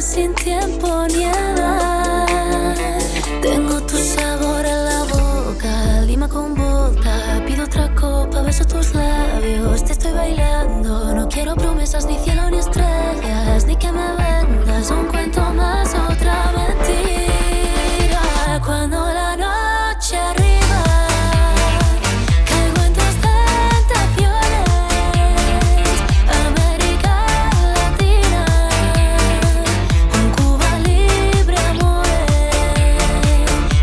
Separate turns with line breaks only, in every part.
sin tiempo ni edad. Tengo tu sabor en la boca, lima con boca. Pido otra copa, beso tus labios, te estoy bailando. No quiero promesas, ni cielo, ni estrellas, ni que me vendas un cuento más, otra mentira. Cuando la noche arriba, caigo en tus tentaciones. América Latina, un Cuba libre, amores.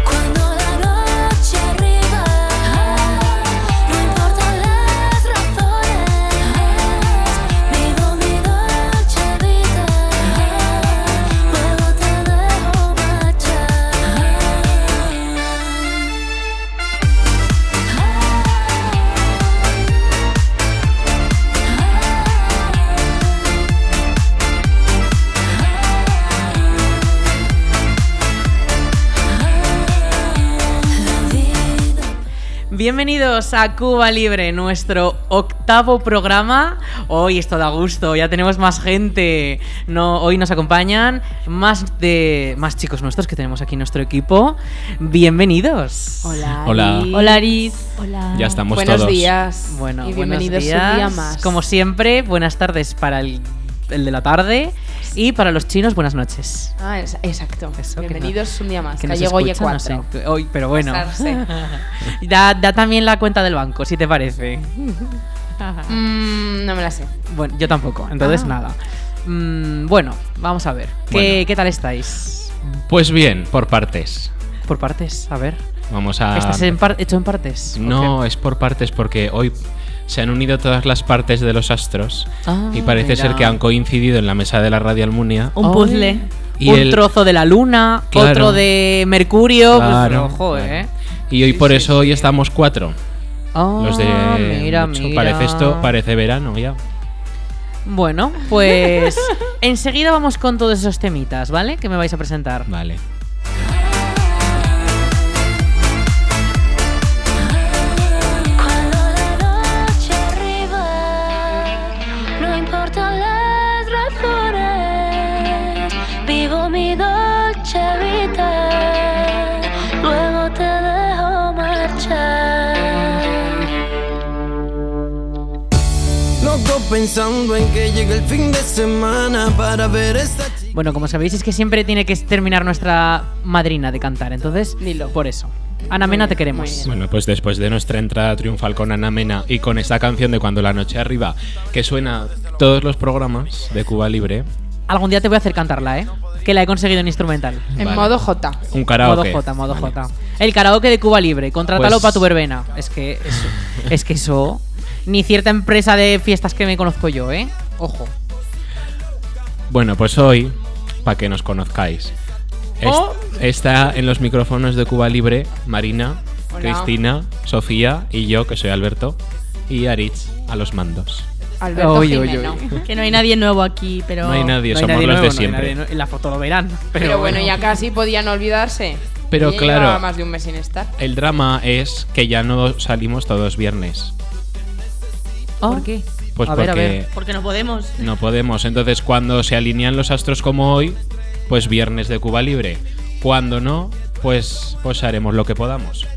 Cuando la noche arriba, no importan las razones. Vivo mi noche vida, luego te dejo marchar.
Bienvenidos a Cuba Libre, nuestro octavo programa. Hoy esto da gusto, ya tenemos más gente. No, hoy nos acompañan más de más chicos nuestros que tenemos aquí en nuestro equipo. Bienvenidos.
Hola.
Hola.
Aris.
Hola, Aris.
Hola.
Ya estamos
Buenos
todos.
días.
Bueno,
y
buenos
bienvenidos
días.
un día más.
Como siempre, buenas tardes para el, el de la tarde y para los chinos buenas noches.
Ah, es- exacto.
Eso, que
bienvenidos un día más.
Que
Ah, Que,
nos
llegó ya
escuchan, no
4.
sé, que- hoy, pero bueno. Da, da también la cuenta del banco, si te parece.
Mm, no me la sé.
Bueno, yo tampoco, entonces nada. Mm, bueno, vamos a ver. ¿Qué,
Ah. Bueno.
qué tal estáis?
Pues bien, por partes.
Por partes, a ver.
Vamos a.
¿Estás en par- hecho en partes?
No,
¿O qué?
es por partes porque hoy se han unido todas las partes de los astros
Ah,
y parece ser
mira.
que han coincidido en la mesa de la Radio Almunia.
Un
Ay.
puzzle.
Y
un
el-
trozo de la luna,
Claro.
otro de Mercurio. pues,
Claro,
ojo,
claro.
eh.
Y hoy
Sí,
por
sí,
eso hoy estamos cuatro.
Ah,
Los de
mira,
mucho.
mira.
parece esto, parece verano ya.
Bueno, pues enseguida vamos con todos esos temitas, ¿vale? Que me vais a presentar.
Vale.
Cuando la noche arriba, no importan las razones, vivo mi dolce vida, luego te dejo marchar.
Loco pensando en que llegue el fin de semana para ver esta chica.
Bueno, como sabéis, es que siempre tiene que terminar nuestra madrina de cantar, entonces,
Dilo.
por eso. Ana Mena, te queremos.
Bueno, pues después de nuestra entrada triunfal con Ana Mena y con esta canción de Cuando la noche arriba, que suena todos los programas de Cuba Libre,
Algún día te voy a hacer cantarla, ¿eh? Que la he conseguido en instrumental.
En
Vale.
modo J.
un karaoke.
Modo J, modo
Vale.
J. El karaoke de Cuba Libre, contrátalo
Pues-
para tu verbena. Es que eso, es que eso. Ni cierta empresa de fiestas que me conozco yo, ¿eh? Ojo.
Bueno, pues hoy, para que nos conozcáis, es-
Oh.
está en los micrófonos de Cuba Libre Marina,
Hola.
Cristina, Sofía y yo, que soy Alberto, y Aritz a los mandos.
Alberto
Oy, oy,
Jimeno.
oy.
Que no hay nadie nuevo aquí, pero.
no hay nadie,
No hay
somos
nadie
los de
nuevo, no hay
siempre.
nadie nue- en la foto lo verán. Pero,
Pero, bueno, ya casi podían olvidarse.
Pero
Ella
claro.
llevaba más de un mes sin estar.
El drama es que ya no salimos todos viernes.
¿Por qué?
Pues
a
porque
ver, a ver.
Porque no podemos.
no podemos. Entonces, cuando se alinean los astros como hoy, pues viernes de Cuba Libre. Cuando no, pues, pues haremos lo que podamos.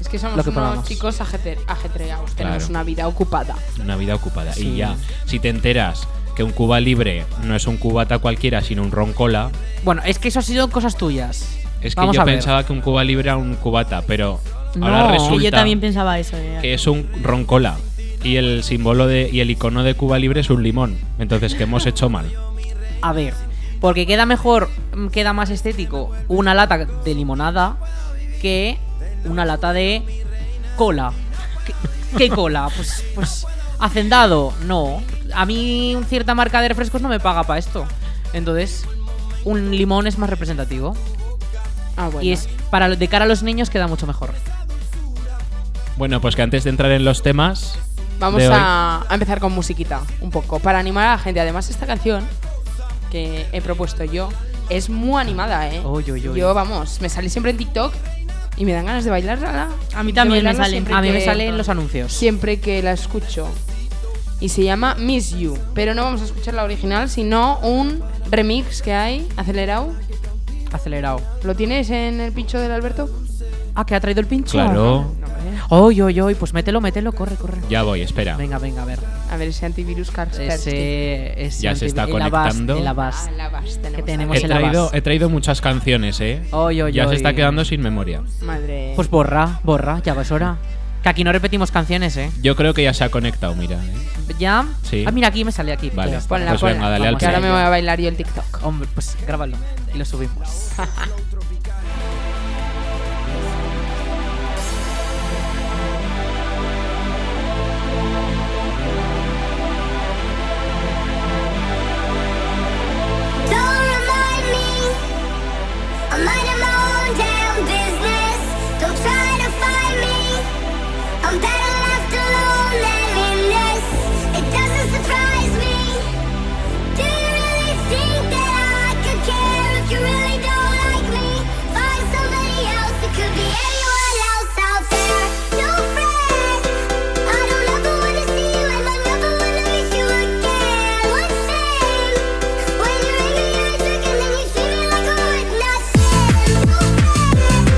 Es que
Lo
somos
que
unos
podamos.
chicos ajetre- ajetreados. Tenemos
Claro.
una vida ocupada.
una vida ocupada.
Sí.
Y ya, si te enteras que un Cuba libre no es un cubata cualquiera, sino un roncola,
Bueno, es que eso ha sido cosas tuyas.
es que
Vamos
yo
a ver.
pensaba que un Cuba libre era un cubata, pero
No,
ahora
Y
resulta
yo también pensaba eso. eh.
que es un roncola. Y el símbolo de, y el icono de Cuba libre es un limón. Entonces, que hemos hecho mal?
A ver, porque queda mejor, mm, queda más estético una lata de limonada que una lata de cola. ¿Qué, qué cola? Pues, pues hacendado, no. A mí cierta marca de refrescos no me paga para esto. Entonces, un limón es más representativo.
Ah, bueno.
Y es para de cara a los niños queda mucho mejor.
Bueno, pues que antes de entrar en los temas.
Vamos
de hoy-
a, a empezar con musiquita, un poco, para animar a la gente. Además, esta canción que he propuesto yo es muy animada, ¿eh?
Oy, oy, oy.
Yo, vamos, me sale siempre en TikTok y me dan ganas de bailarla.
A mí
de
también me
bailarla
salen.
siempre
A mí me
que-
salen los anuncios.
Siempre que la escucho. y se llama Miss You. Pero no vamos a escuchar la original, sino un remix que hay, acelerado.
Acelerado.
¿Lo tienes en el pincho del Alberto?
Ah, que ha traído el pincho.
Claro.
No, eh. hombre.
Oy, oy, oy, pues mételo, mételo, corre, corre.
Ya voy, espera.
Venga, venga, a ver.
A ver, ese antivirus Kaspersky.
Ese, ese
Ya se
antivi-
está
el Avast,
conectando.
El
Ah,
Avast.
la Avast
Que
tenemos.
tenemos
He
el Avast.
traído, he traído muchas canciones, ¿eh?
Oy, oy,
ya
oy.
se está quedando sin memoria.
Madre.
Pues borra, borra, ya va, es hora. Que aquí no repetimos canciones, ¿eh?
Yo creo que ya se ha conectado, mira. ¿eh?
¿Ya?
Sí.
Ah, mira, aquí me sale aquí.
Vale,
Pues,
ponla,
pues venga,
ponla.
dale al
Vamos
que ahora
play.
me voy a bailar yo el TikTok.
Hombre, pues grábalo y lo subimos.
Don't remind me, I'm minding my own damn business. Don't try to find me, I'm better left alone than in this. It doesn't surprise me. Do you really think that I could care if you really don't like me? Find somebody else, it could be anyone else out there. No friend, I don't ever wanna see you and I never wanna miss you again. One thing, when you're angry, you're drunk and then you treat me like I was nothing. No friend,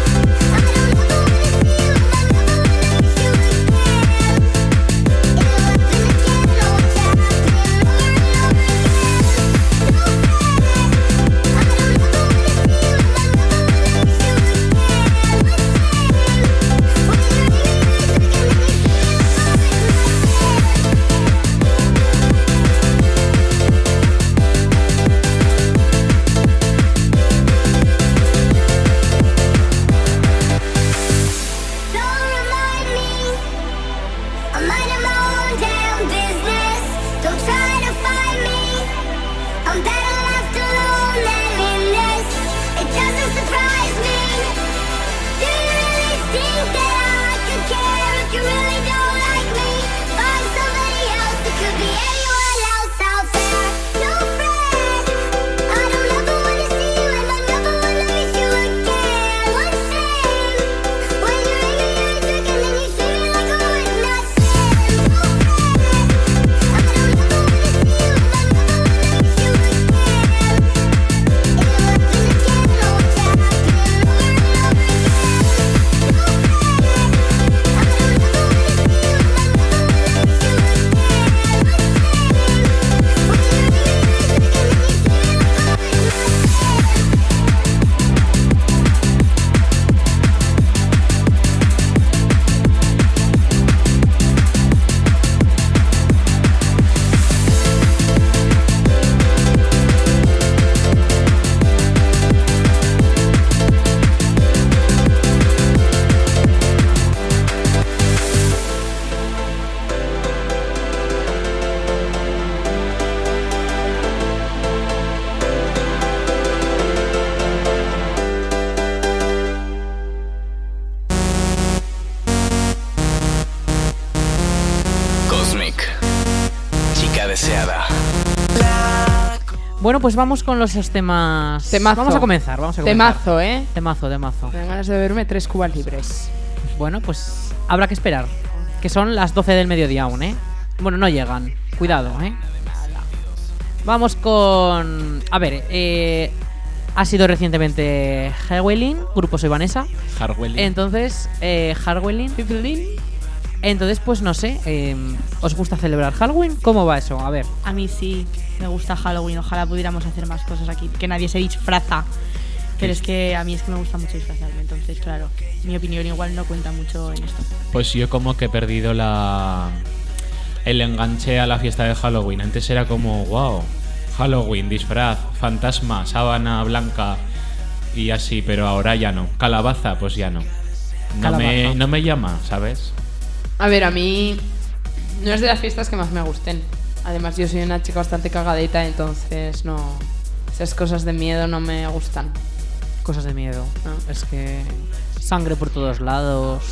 I don't ever wanna see you and I never wanna miss you again. It'll happen again, oh, it's happened over and over again. No friend. I don't ever wanna see you, and I never wanna miss you again. One thing, when you're angry, you're drunk, and then you treat me like I was nothing. No friend, I don't ever wanna see you, and I never wanna miss you again. It'll happen again, oh, it's happened over and over again. No friend, I don't ever wanna see you, and I never wanna miss you again. One thing, when you're angry, you're drunk, and then you treat me like I was nothing. No friend, I don't ever wanna see you, and I never wanna miss you again. One thing, when you're angry, you're drunk, and then you treat me like I was nothing. No friend, I don't ever wanna see you, and I never wanna miss you again. One thing, when you're angry, you're drunk, and then you treat me like I was nothing. No friend, I don't ever wanna see you, and I never wanna miss you again. One thing, when you're angry, you're drunk, and then you treat me like I was nothing. No friend, I don't ever wanna see you, and I never wanna miss you again. One thing, when you're angry, you're drunk, and then you treat me like I was nothing. No friend, I don't ever wanna see you, and I never
Don't remind me. I'm minding my own damn business. Don't try to find me. I'm better left alone than in this. It doesn't surprise me. Do you really think that I could care if you really don't like me? Find somebody else. It could be anyone else out there. No friend. I don't ever wanna see you, and I never wanna miss you again. One thing. When you're in your nine second and you treat me like a woman, I'm not saying. No friend. I don't ever wanna see you, and I never wanna miss you again. It happens again, oh, it happens over and over again. No friend. I don't ever wanna see you, and I never wanna miss you again. One thing. When you're in your nine second and you treat me like a woman, I'm not saying.
Cosmic. Chica deseada.
Bueno, pues vamos con los esos temas.
Temazo.
Vamos a comenzar, vamos a comenzar.
Temazo, ¿eh?
Temazo, temazo.
Me dan ganas de verme tres cubas libres.
Bueno, pues habrá que esperar. Que son las 12 del mediodía aún, ¿eh? Bueno, no llegan. Cuidado, ¿eh? Vamos con... A ver, eh, ha sido recientemente Harwelin, grupo Soy Vanessa.
Harwell.
Entonces, eh, Harwelin. Entonces, pues no sé, eh, ¿os gusta celebrar Halloween? ¿Cómo va eso? A ver.
A mí sí, me gusta Halloween. Ojalá pudiéramos hacer más cosas aquí, que nadie se disfraza. Pero es que a mí es que me gusta mucho disfrazarme, entonces claro, mi opinión igual no cuenta mucho en esto.
Pues yo como que he perdido la el enganche a la fiesta de Halloween. Antes era como, wow, Halloween, disfraz, fantasma, sábana blanca y así, pero ahora ya no. Calabaza, pues ya no. No, me,
Calabaza.
no me llama, ¿sabes?
A ver, a mí no es de las fiestas que más me gusten. Además, yo soy una chica bastante cagadita, entonces no. Esas cosas de miedo no me gustan.
Cosas de miedo.
Ah.
Es que sangre por todos lados.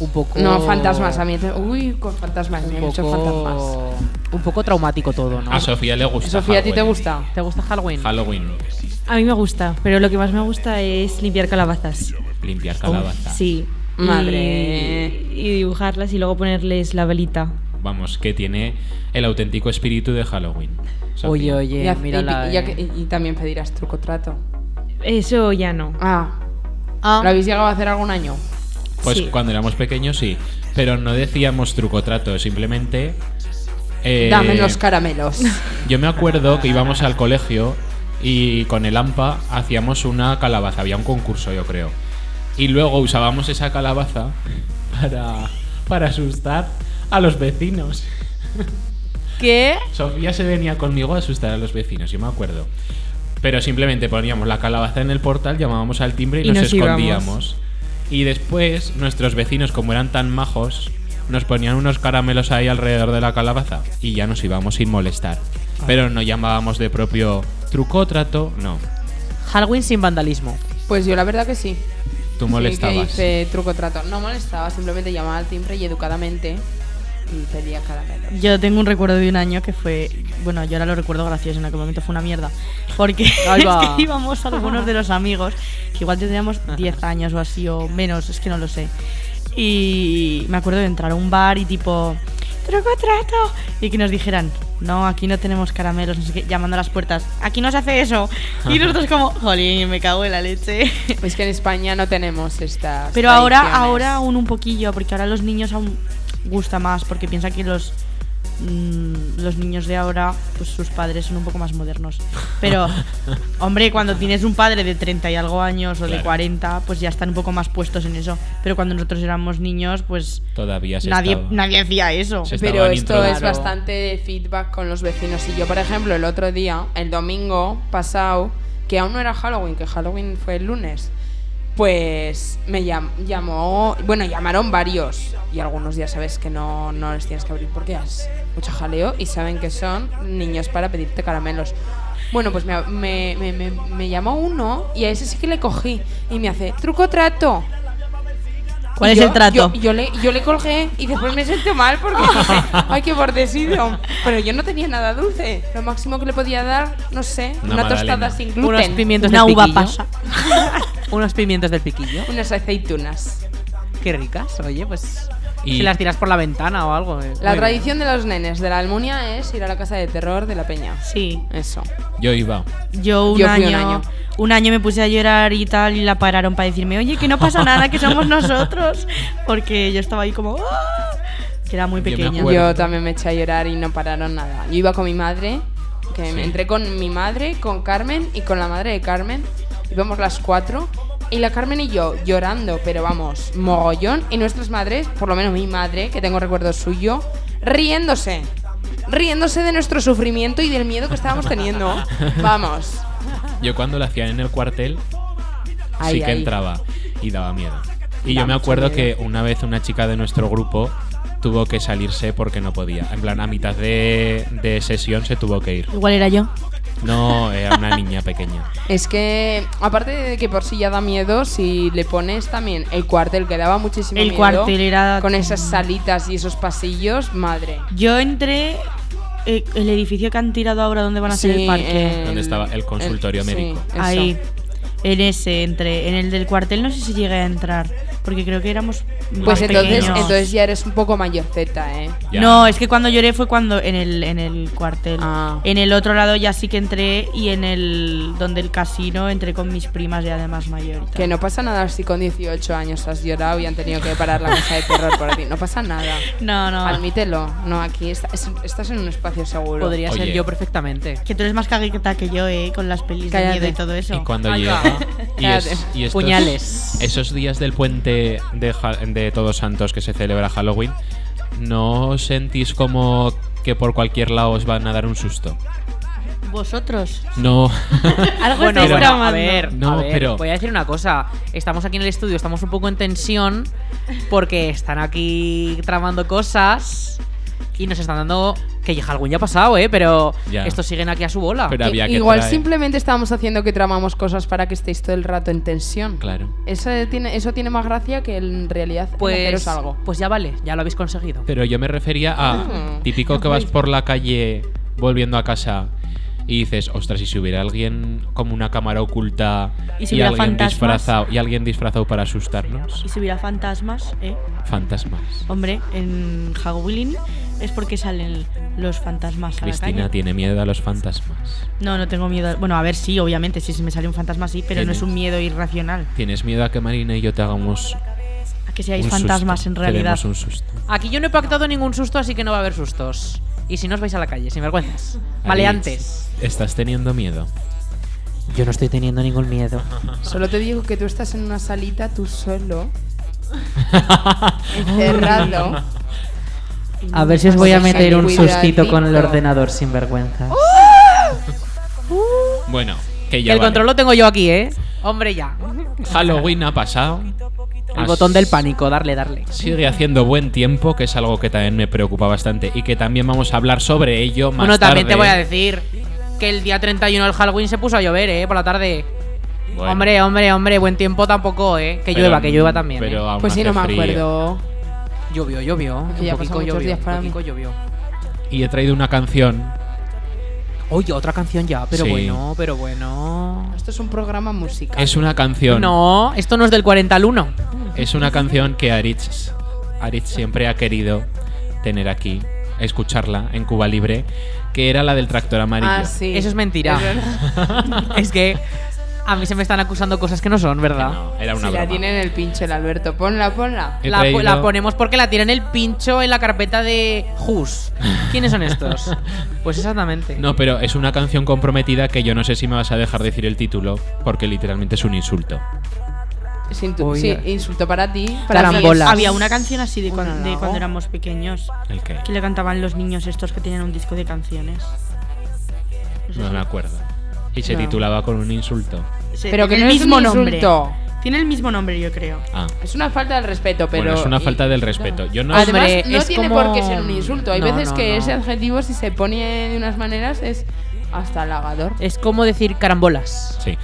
Un poco...
No, fantasmas a mí. Uy, con fantasmas, me
Un
han hecho fantasmas.
poco, un poco traumático todo, ¿no?
A Sofía le gusta.
Sofía, ¿a ti te
Halloween.
gusta?
¿Te gusta Halloween?
Halloween,
A mí me gusta, pero lo que más me gusta es limpiar calabazas.
limpiar calabaza.
Sí.
Madre. Mm.
Y, y dibujarlas y luego ponerles la velita.
vamos, que tiene el auténtico espíritu de Halloween. Sofía.
Oye, oye,
Y, haz-
mira
y- y ya que- y- y también pedirás truco trato.
Eso ya no.
Ah, ¿lo habéis llegado a hacer algún año?
Pues
Sí.
cuando éramos pequeños sí, pero no decíamos truco trato, simplemente... eh,
Dame los caramelos.
Yo me acuerdo que íbamos al colegio y con el AMPA hacíamos una calabaza, había un concurso yo creo. Y luego usábamos esa calabaza para, para asustar a los vecinos.
¿Qué?
Sofía se venía conmigo a asustar a los vecinos, yo me acuerdo. Pero simplemente poníamos la calabaza en el portal, llamábamos al timbre y,
Y
nos,
nos íbamos.
escondíamos. Y después nuestros vecinos, como eran tan majos, nos ponían unos caramelos ahí alrededor de la calabaza y ya nos íbamos sin molestar. Pero no llamábamos de propio truco o trato, no.
eh. Halloween sin vandalismo.
Pues yo la verdad que sí.
Tú
Sí, que
molestabas.
hice truco trato. No molestaba, simplemente llamaba al timbre y educadamente mm, pedía caramelos.
Yo tengo un recuerdo de un año que fue, bueno, yo ahora lo recuerdo gracioso, en aquel momento fue una mierda, porque
Ahí va.
es que íbamos algunos de los amigos, que igual tendríamos 10 años o así, o menos, es que no lo sé. Y me acuerdo de entrar a un bar y tipo, truco trato, y que nos dijeran, no, aquí no tenemos caramelos, no sé qué, llamando a las puertas, aquí no se hace eso. Y nosotros como, jolín, me cago en la leche.
Es que en España no tenemos estas.
Pero ahora,
tradiciones.
ahora aún un poquillo, porque ahora los niños aún gusta más, porque piensa que los mm, los niños de ahora, pues sus padres son un poco más modernos. Pero, hombre, cuando tienes un padre de 30 y algo años o de
Claro.
40, pues ya están un poco más puestos en eso. Pero cuando nosotros éramos niños, pues
Todavía se
nadie,
estaba-
nadie hacía eso.
Se
Pero
estaban
esto es
introduciendo.
bastante de feedback con los vecinos. Y yo, por ejemplo, el otro día, el domingo pasado, que aún no era Halloween, que Halloween fue el lunes, pues me llam- llamó, bueno, llamaron varios. Y algunos ya sabes que no, no les tienes que abrir porque es mucho jaleo y saben que son niños para pedirte caramelos. Bueno, pues me, me- me- me- me llamó uno y a ese sí que le cogí y me hace, truco o trato.
¿Cuál
Y
es
yo-
el trato?
Yo, yo le, yo le colgué y después me sentí mal porque ay, qué bordecido. Pero yo no tenía nada dulce. Lo máximo que le podía dar, no sé,
Una
una, tostada
magdalena.
sin
Unos
gluten.
pimientos
Una
del
uva
piquillo.
pasa.
Unos pimientos del piquillo.
Unas aceitunas.
Qué ricas, oye, pues.
Y-
Si las tiras por la ventana o algo. eh.
La
Muy
tradición de los nenes de la Almunia es ir a la casa de terror de la Peña.
Sí.
Eso.
Yo iba.
Yo un,
Yo fui
año,
un
un
año.
año. me puse a llorar y tal y la pararon para decirme, oye, que no pasa nada, que somos nosotros. Porque yo estaba ahí como... "Ah", Que era muy
Yo me
pequeña.
Bueno.
Yo también me eché a llorar y no pararon nada. Yo iba con mi madre, que me entré con mi madre, con Carmen y con la madre de Carmen. Íbamos las cuatro. Y la Carmen y yo llorando, pero vamos, mogollón. Y nuestras madres, por lo menos mi madre, que tengo recuerdo suyo, riéndose. Riéndose de nuestro sufrimiento y del miedo que estábamos teniendo. Vamos.
Yo cuando la hacían en el cuartel,
Ahí,
sí que
ahí.
entraba y daba miedo. Y
Da
yo me
mucho
acuerdo
miedo.
que una vez una chica de nuestro grupo tuvo que salirse porque no podía. En plan, a mitad de, de sesión se tuvo que ir.
Igual era yo.
No, era una niña pequeña.
Es que, aparte de que por sí ya da miedo, si le pones también el cuartel, que daba muchísimo
El
miedo.
cuartel era-
Con esas salitas y esos pasillos, madre.
Yo entré... eh, el edificio que han tirado ahora donde van a hacer el
Sí,
parque.
el-
Donde estaba el consultorio
sí,
médico.
eso.
Ahí. En ese entré. En el del cuartel no sé si llegué a entrar. Porque creo que éramos...
Pues
más
entonces,
pequeños.
entonces ya eres un poco mayorceta, ¿eh?
Ya.
No, es que cuando lloré fue cuando en el, en el cuartel.
Ah.
En el otro lado ya sí que entré y en el donde el casino entré con mis primas ya de más mayor. y tal.
Que no pasa nada si con 18 años has llorado y han tenido que parar la mesa de terror por ti. No pasa nada.
No, no.
Admítelo. No, aquí está- es- estás en un espacio seguro.
Podría ser
Oye.
yo perfectamente.
Que tú eres más cagueta que yo, eh, con las pelis
Cállate.
de miedo y todo eso.
Y cuando
Ahí
llega.
va.
Y, es- y estos-
Puñales.
Esos días del puente de, Ja- de Todos Santos que se celebra Halloween, ¿no os sentís como que por cualquier lado os van a dar un susto?
Vosotros.
No.
Algo
Bueno,
pero-
estáis
bueno, a
tramando.
ver,
No,
a ver,
pero-
voy a decir una cosa. Estamos aquí en el estudio, estamos un poco en tensión porque están aquí tramando cosas y nos están dando que Halloween ya ha pasado, eh, pero
Ya.
estos siguen aquí a su bola.
Pero
I-
había que
Igual
traer.
simplemente estábamos haciendo que tramamos cosas para que estéis todo el rato en tensión.
Claro.
Eso tiene, eso tiene más gracia que en realidad el
pues,
haceros algo.
pues ya vale, ya lo habéis conseguido.
Pero yo me refería a
Ah.
Mm.
típico que vas
pues.
por la calle volviendo a casa y dices, ostras, y si hubiera alguien como una cámara oculta
Y si hubiera
alguien
fantasmas.
disfrazado y alguien disfrazado para asustarnos,
Y si hubiera fantasmas, eh.
fantasmas.
Hombre, en Halloween es porque salen los fantasmas a la
Cristina
calle.
tiene miedo a los fantasmas.
No, no tengo miedo. Bueno, a ver, sí, obviamente, si se me sale un fantasma, sí, pero no
¿Tienes?
es un miedo irracional.
¿Tienes miedo a que Marina y yo te hagamos
A que seáis
un susto?
fantasmas en
Te
realidad.
demos un susto.
Aquí yo no he pactado ningún susto, así que no va a haber sustos. Y si no os vais a la calle, sin vergüenzas.
Ari,
Maleantes.
¿Estás teniendo miedo?
Yo no estoy teniendo ningún miedo.
Solo te digo que tú estás en una salita tú solo. encerrado.
A ver si os voy a
Así que
meter un sustito con el
cuidadito.
ordenador, sin vergüenzas.
Bueno, que
Y
ya
¡Oh! el
vale.
control lo tengo yo aquí, ¿eh? Hombre, ya.
Halloween ha pasado.
El
Has-
botón del pánico, darle, darle.
Sigue haciendo buen tiempo, que es algo que también me preocupa bastante y que también vamos a hablar sobre ello más
bueno, también
tarde.
te voy a decir que el día 31 del Halloween se puso a llover, ¿eh? Por la tarde.
Bueno,
Hombre, hombre, hombre, buen tiempo tampoco, ¿eh? Que
pero- mm,
llueva, que llueva también.
Pero
¿eh?
aún
Pues sí,
hace
no me
frío.
acuerdo.
Llovió, llovió.
que
un
ya
poquito
pasan muchos
llovió.
días para
un
mí.
poquito llovió.
Y he traído una canción.
Oye, otra canción ya, pero
Sí.
bueno, pero bueno.
Esto es un programa musical.
Es una canción.
No, esto no es del 40 al 1.
Es una canción que Aritz, Aritz siempre ha querido tener aquí, escucharla en Cuba Libre, que era la del tractor amarillo.
Ah, sí.
Eso es mentira.
verdad.
es que a mí se me están acusando cosas que no son, ¿verdad?
No, era
Si
una
la
broma.
tiene en el pinche el Alberto. Ponla, ponla.
He
La, po-
traído-
la ponemos porque la tienen el pincho en la carpeta de Who's. ¿Quiénes son estos? Pues exactamente.
No, pero es una canción comprometida que yo no sé si me vas a dejar decir el título, porque literalmente es un insulto.
Es intu-
Uy,
sí,
ya.
insulto para ti. Para
Carambolas.
Había una canción así de,
Un
cuan- de
halago.
cuando éramos pequeños
¿El qué?
que le cantaban los niños estos que tenían un disco de canciones. No sé
No
si-
me acuerdo. Y se
No.
titulaba con un insulto.
se-
Pero que
tiene
no es un
nombre.
insulto.
Tiene el mismo nombre, yo creo.
Ah,
Es una falta de respeto, pero.
bueno, es una
y-
falta del respeto. Yo no
Hombre,
Además, no
Eh, es
tiene
como-
por qué ser un insulto. Hay
No,
veces
no,
que
no.
ese adjetivo, si se pone de unas maneras, es hasta halagador.
Es como decir carambolas.
Sí.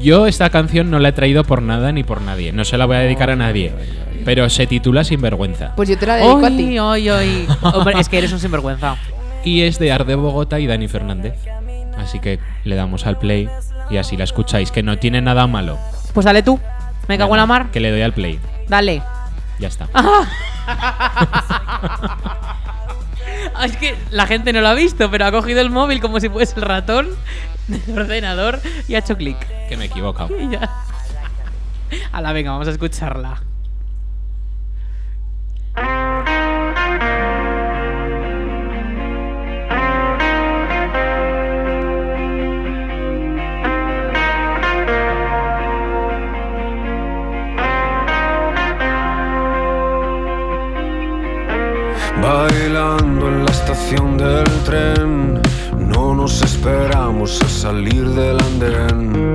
Yo esta canción no la he traído por nada ni por nadie. No se la voy a dedicar a nadie. Pero se titula Sinvergüenza.
Pues yo te la dedico a ti.
Oy, oy, oy. Hombre, es que eres un sinvergüenza.
Y es de Arde Bogotá y Dani Fernández. Así que le damos al play y así la escucháis, que no tiene nada malo.
Pues dale tú. Me cago en la mar.
Que le doy al play.
Dale.
Ya está.
Ah, Es que la gente no lo ha visto, pero ha cogido el móvil como si fuese el ratón del ordenador y ha hecho clic.
Que me he equivocado.
Y ya. Ala, venga, vamos a escucharla.
Bailando en la estación del tren, no nos esperamos a salir del andén.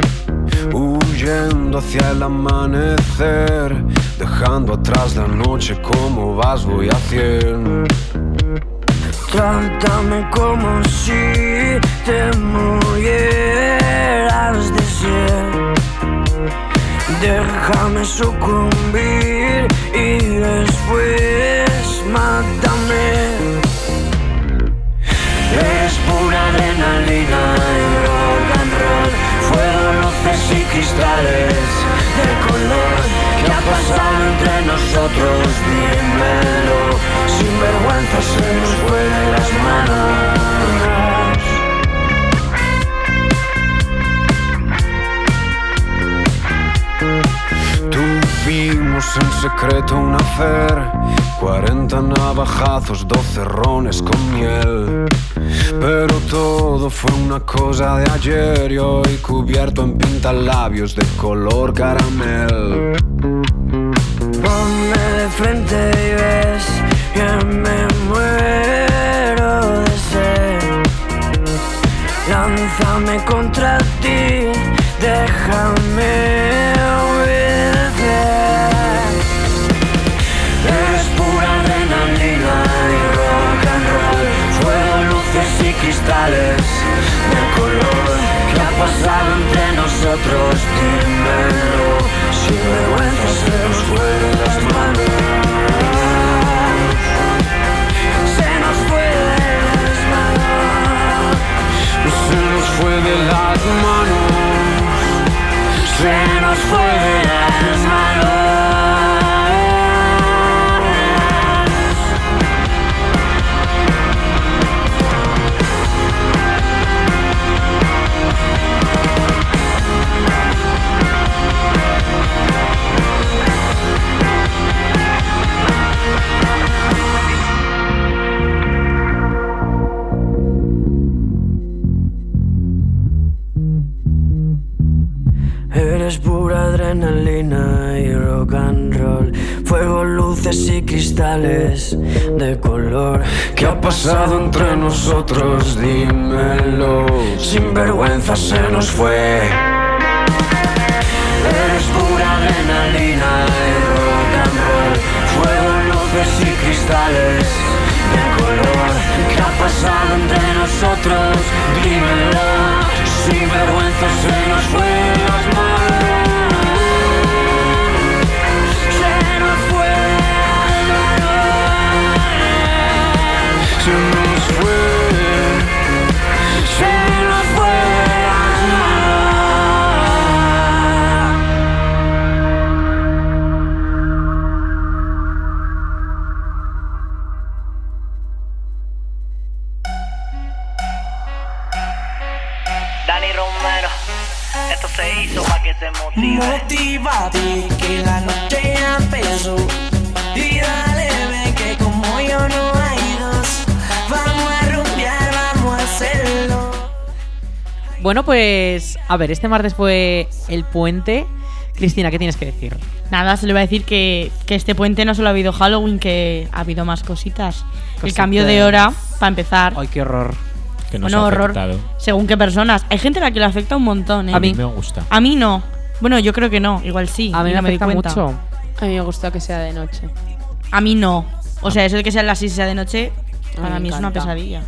Huyendo hacia el amanecer, dejando atrás la noche como vas, voy a cien. Trátame como si te murieras de ser. Déjame sucumbir y después mátame. Es pura adrenalina y rock and roll, fuego, luces y cristales de color. ¿Qué ha pasado entre nosotros? Dímelo, sin vergüenza se nos vuelven las manos. Tuvimos en secreto un hacer 40 navajazos, 12 rones con miel Pero todo fue una cosa de ayer Y hoy cubierto en pintalabios de color caramel Ponme de frente y ves que me muero de sed Lánzame contra ti, déjame obedecer. Es pura adrenalina y rock and roll, fuego, luces y cristales de color. ¿Qué ha pasado entre nosotros? Dímelo, sin vergüenza se nos vuelven las manos. Se nos vuelven las manos. Se nos fue de las manos. Se nos fue de las manos. Eres pura adrenalina y rock and roll. Fuego, luces y cristales de color. ¿Qué ha pasado entre nosotros? Dímelo. Sin vergüenza se nos fue. Eres pura adrenalina y rock and roll. Fuego, luces y cristales de color. ¿Qué ha pasado entre nosotros? Dímelo. Sin vergüenza se nos fue las manos. Se nos fue el valor. Se nos fue. Se nos fue las manos.
Dani Romero, esto se hizo para que te motive.
Motívate que la noche ya empezó Y dale ve que como yo no hay dos Vamos a rumbear, vamos a hacerlo
Bueno, pues a ver, este martes fue el puente. Cristina, ¿qué tienes que decir?
Nada, se le va a decir que, que este puente no solo ha habido Halloween, que ha habido más cositas. El
Cositas.
cambio de hora, para empezar.
Ay, qué horror.
Que nos
Bueno,
ha
horror.
afectado.
Según qué personas. Hay gente a la que le afecta un montón, ¿eh?
A mí.
me gusta.
A mí no. Bueno, yo creo que no. Igual sí.
A mí
y
me
no di
afecta
cuenta.
mucho.
A mí me gusta que sea de noche.
A mí no. O
Ah.
sea, eso de que sea las 6 sea de noche,
A
para
mí me
mí es una
encanta.
pesadilla.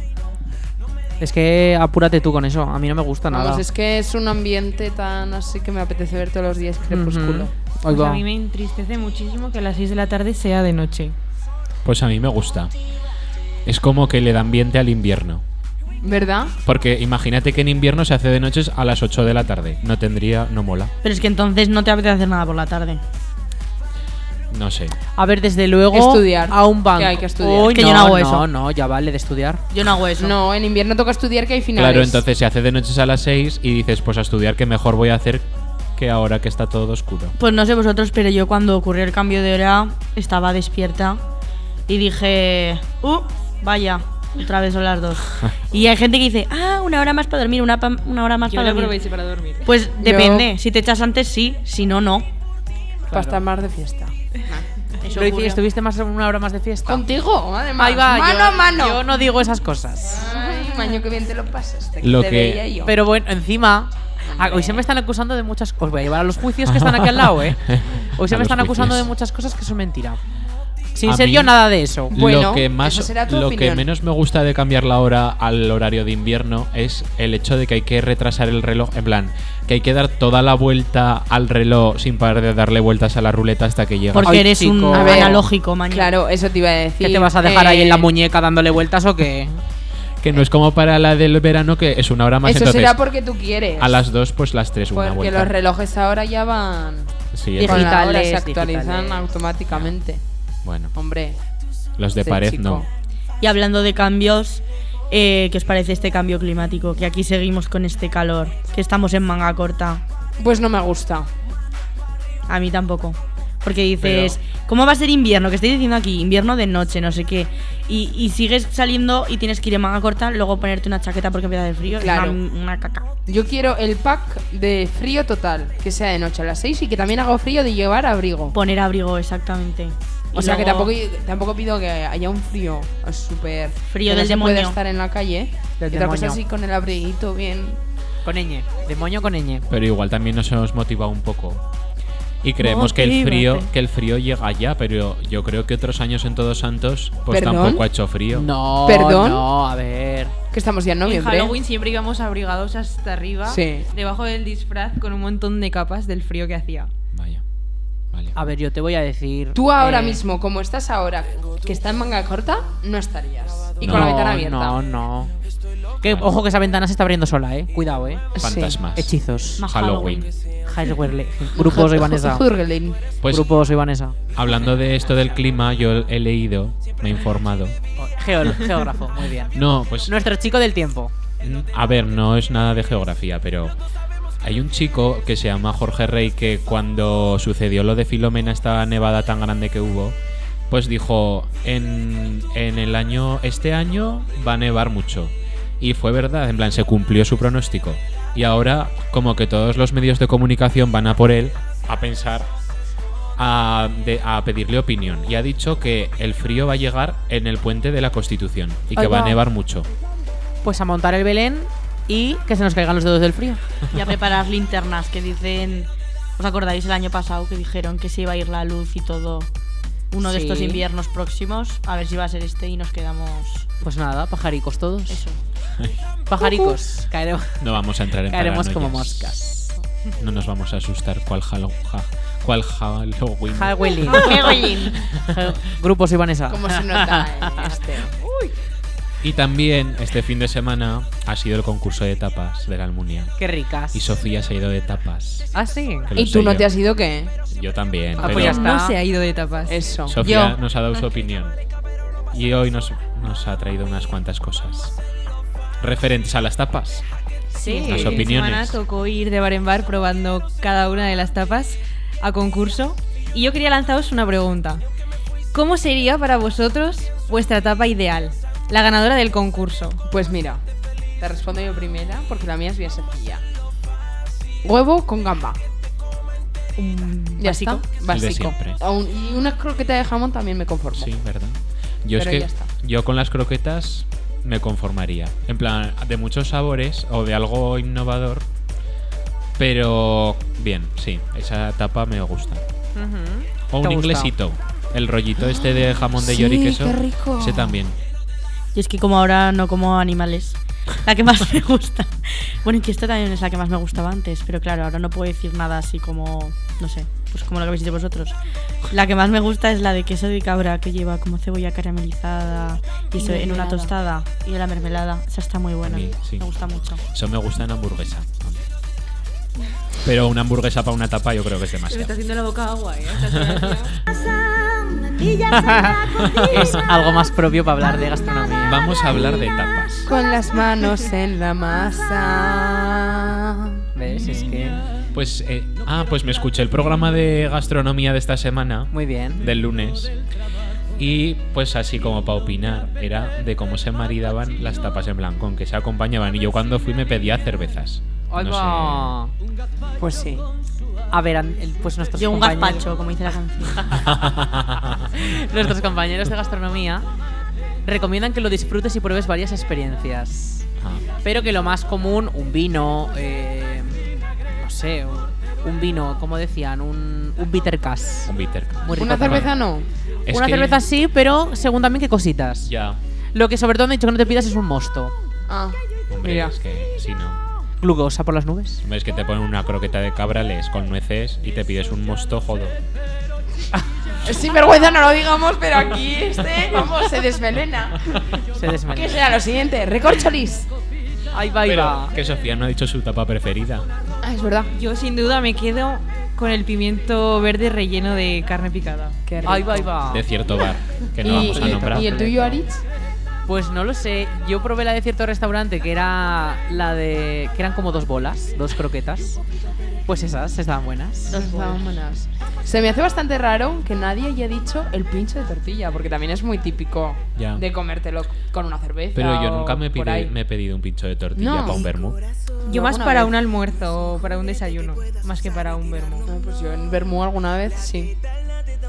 Es que apúrate tú con eso. A mí no me gusta nada.
Vamos, es que es un ambiente tan así que me apetece ver todos los días crepúsculo.
Ujú. Ahí
Pues
va.
a mí me entristece muchísimo que a las 6 de la tarde sea de noche.
Pues a mí me gusta. Es como que le da ambiente al invierno.
¿Verdad?
Porque imagínate que en invierno se hace de noches a las 8 de la tarde. No tendría, no mola.
Pero es que entonces no te apetece hacer nada por la tarde.
No sé.
A ver, desde luego.
Estudiar.
A un banco.
Que hay que estudiar.
Uy,
Que yo no hago eso.
No, no, ya vale de estudiar.
Yo no hago eso.
No, en invierno toca estudiar que hay finales.
Claro, entonces se hace de noches a las 6 y dices, pues a estudiar que mejor voy a hacer que ahora que está todo oscuro.
Pues no sé vosotros, pero yo cuando ocurrió el cambio de hora estaba despierta y dije, ¡uh! Vaya, otra vez son las dos. y hay gente que dice, ¡ah! Una hora más para dormir, una, pa- una hora más
Yo lo
para dormir.
aproveché para dormir.
Pues depende, si te echas antes sí, si no, no.
Para estar más de fiesta.
Eso
Pero, ¿y
ocurrió.
¿Estuviste más una hora más de fiesta?
Contigo, además.
Ahí va,
mano
yo,
a mano.
Yo no digo esas cosas.
Ay, maño, que bien te lo pasas. Te,
Lo
te
que-
veía yo.
Pero bueno, encima. ah, Hoy se me están acusando de muchas cosas. Os voy a llevar a los juicios que están aquí al lado, ¿eh? Hoy se
A
me
los
están acusando
juicios.
de muchas cosas que son mentira. Sin
A
ser
mí-
yo nada de eso.
Bueno,
lo que más,
esa será tu
lo que
opinión.
menos me gusta de cambiar la hora al horario de invierno es el hecho de que hay que retrasar el reloj, en plan, que hay que dar toda la vuelta al reloj sin parar de darle vueltas a la ruleta hasta que llega.
Porque
Ay,
eres
chico.
un
A
ver,
analógico, mañana.
Claro, eso te iba a decir.
¿Qué te vas a dejar ahí en la
Eh,
muñeca dándole vueltas o qué?
Que no es como para la del verano que es una hora más
Eso
entonces.
será porque tú quieres.
a las 2 pues las 3 una
Porque
vuelta.
los relojes ahora ya van.
Sí,
Con
entonces,
la hora, se
Digitales,
actualizan
digitales.
automáticamente.
bueno,
Hombre.
los de
ese
pared
chico.
no.
Y hablando de cambios, eh, ¿qué os parece este cambio climático? Que aquí seguimos con este calor, que estamos en manga corta.
Pues no me gusta.
A mí tampoco. Porque dices, ¿cómo va a ser invierno? Que estoy diciendo aquí, invierno de noche, no sé qué. Y, y sigues saliendo y tienes que ir en manga corta, luego ponerte una chaqueta porque empieza el frío. es
Claro.
Una, una caca.
Yo quiero el pack de frío total, que sea de noche a las 6 y que también haga frío de llevar abrigo.
Poner abrigo, exactamente.
O
Y
sea que
luego-
tampoco, tampoco pido que haya un frío súper.
Frío
que
del
no se
demonio.
puede estar en la calle. Y
Del
otra cosa
demonio.
así con el abriguito bien.
Con ñ. Demonio con ñ.
Pero igual también nos hemos motivado un poco. Y creemos que el frío
Motívate.
que el frío llega ya, pero yo creo que otros años en Todos Santos pues
¿Perdón?
tampoco ha hecho frío.
No,
¿Perdón?
no, a ver.
Que estamos ya en
en
noviembre.
Halloween siempre íbamos abrigados hasta arriba,
Sí.
debajo del disfraz, con un montón de capas del frío que hacía.
Vaya. Vale.
A ver, yo te voy a decir.
Tú ahora
eh,
mismo, como estás ahora, que está en manga corta, no estarías. Y con
No,
la ventana abierta.
No, no. Que, ojo que esa ventana se está abriendo sola, eh. Cuidado, eh.
Sí.
Fantasmas.
Hechizos.
Más
Halloween.
Halloween. Grupo Soy Vanessa.
Hurgelin.
Pues
Grupo Soy Vanessa.
hablando de esto del clima, yo he leído, me he informado.
Geol- geógrafo, muy bien.
No, pues
Nuestro chico del tiempo.
Mm, a ver, no es nada de geografía, pero hay un chico que se llama Jorge Rey que cuando sucedió lo de Filomena, esta nevada tan grande que hubo, pues dijo en, en el año este año va a nevar mucho. Y fue verdad, en plan se cumplió su pronóstico. y ahora como que todos los medios de comunicación van a por él a pensar, a, de- a pedirle opinión. Y ha dicho que el frío va a llegar en el puente de la Constitución y que
Ahí
va a
va.
nevar mucho.
Pues a montar el Belén y que se nos caigan los dedos del frío.
Y a preparar linternas que dicen. ¿Os acordáis el año pasado que dijeron que se iba a ir la luz y todo? Uno de
Sí.
estos inviernos próximos. A ver si va a ser este y nos quedamos.
Pues nada, pajaricos todos. Eso. Pajaricos. Caeremos.
No vamos a entrar en
Caeremos como
paranoias.
moscas.
No nos vamos a asustar cuál Halloween. ¿Cuál Halloween?
Halloween. Grupos y Vanessa.
Como se
¿eh?
nota en este. Uy.
Y también este fin de semana ha sido el concurso de tapas de la Almunia.
Qué ricas.
Y Sofía se ha ido de tapas.
Ah, sí.
Que lo
¿Y
sé
tú no
yo.
te has ido qué?
Yo también.
Ah, pues
pero
ya está.
No se ha ido de tapas.
Eso.
Sofía
Yo.
nos ha dado su opinión. Y hoy nos, nos ha traído unas cuantas cosas. Referentes a las tapas.
Sí,
Las
el fin de
opiniones.
semana tocó ir de bar en bar probando cada una de las tapas a concurso. Y yo quería lanzaros una pregunta. ¿Cómo sería para vosotros vuestra tapa ideal? La ganadora del concurso.
Pues mira, te respondo yo primera porque la mía es bien sencilla.
Oh,
Huevo con gamba. Ya
básico.
está,
El de
Básico.
siempre.
Aún- y una croqueta de jamón también me conformo.
Sí, ¿verdad? Yo
Pero
es que
ya está.
yo con las croquetas me conformaría. En plan, de muchos sabores o de algo innovador. Pero bien, sí, esa tapa me gusta. O un
¿Te gusta?
inglesito. El rollito este de jamón de
Sí,
york y queso.
qué rico.
Ese también.
Y es que como ahora no como animales, la que más me gusta. Bueno, y que esta también es la que más me gustaba antes, pero claro, ahora no puedo decir nada así como, no sé, pues como lo que habéis dicho vosotros. La que más me gusta es la de queso de cabra, que lleva como cebolla caramelizada y,
Y
eso en una
mermelada.
tostada y la mermelada. Esa está muy buena,
A mí, sí.
me gusta mucho.
Eso me gusta en hamburguesa. Pero una hamburguesa para una tapa yo creo que es demasiado.
haciendo la boca agua, ¿eh?
es algo más propio para hablar de gastronomía.
Vamos a hablar de tapas.
Con las manos en la masa.
¿Ves? Es que.
Pues, eh, ah, pues me escuché el programa de gastronomía de esta semana.
Muy bien.
Del lunes. Y pues así como para opinar, era de cómo se maridaban las tapas en blanco, con que se acompañaban. Y yo cuando fui me pedía cervezas.
Ahí
No sé.
va.
Pues sí.
A ver, an- el- pues nuestros
Yo un
compañeros.
gazpacho, como dice la canción.
Nuestros compañeros de gastronomía recomiendan que lo disfrutes y pruebes varias experiencias.
Ah,
Pero que lo más común, un vino, eh, no sé, un, un vino, como decían, un, un bitter cas.
un bitter.
Muy rico
Una
también.
cerveza no.
Es
Una
que-
cerveza sí, pero según también qué cositas.
Ya.
Lo que sobre todo han dicho que no te pidas es un mosto.
Ah,
Hombre,
Mira.
es que si no.
Glucosa por las nubes.
Hombre, Es que te ponen una croqueta de cabrales con nueces y te pides un mosto jodo.
sin vergüenza no lo digamos, pero aquí este, vamos, se desvelena.
Se
¿Qué
desvanece.
será lo siguiente? Recorcholis.
Ahí va, ahí
Pero
va.
que Sofía no ha dicho su tapa preferida.
Ah, es verdad.
Yo sin duda me quedo con el pimiento verde relleno de carne picada.
Qué rico.
Ahí va, ahí va.
De cierto bar, que no vamos a nombrar.
¿Y el tuyo, Aritz?
Pues no lo sé. Yo probé la de cierto restaurante que era la de. que eran como dos bolas, dos croquetas. Pues esas estaban buenas.
Nos Pues vámonos. Se me hace bastante raro que nadie haya dicho el pincho de tortilla, porque también es muy típico
Ya.
de comértelo con una cerveza.
Pero yo
o
nunca me,
por
pide-
ahí.
me he pedido un pincho de tortilla
No.
para un vermú.
Yo más
alguna
para
vez.
un almuerzo o para un desayuno, más que para un vermo.
Ah, pues yo en Bermú alguna vez sí.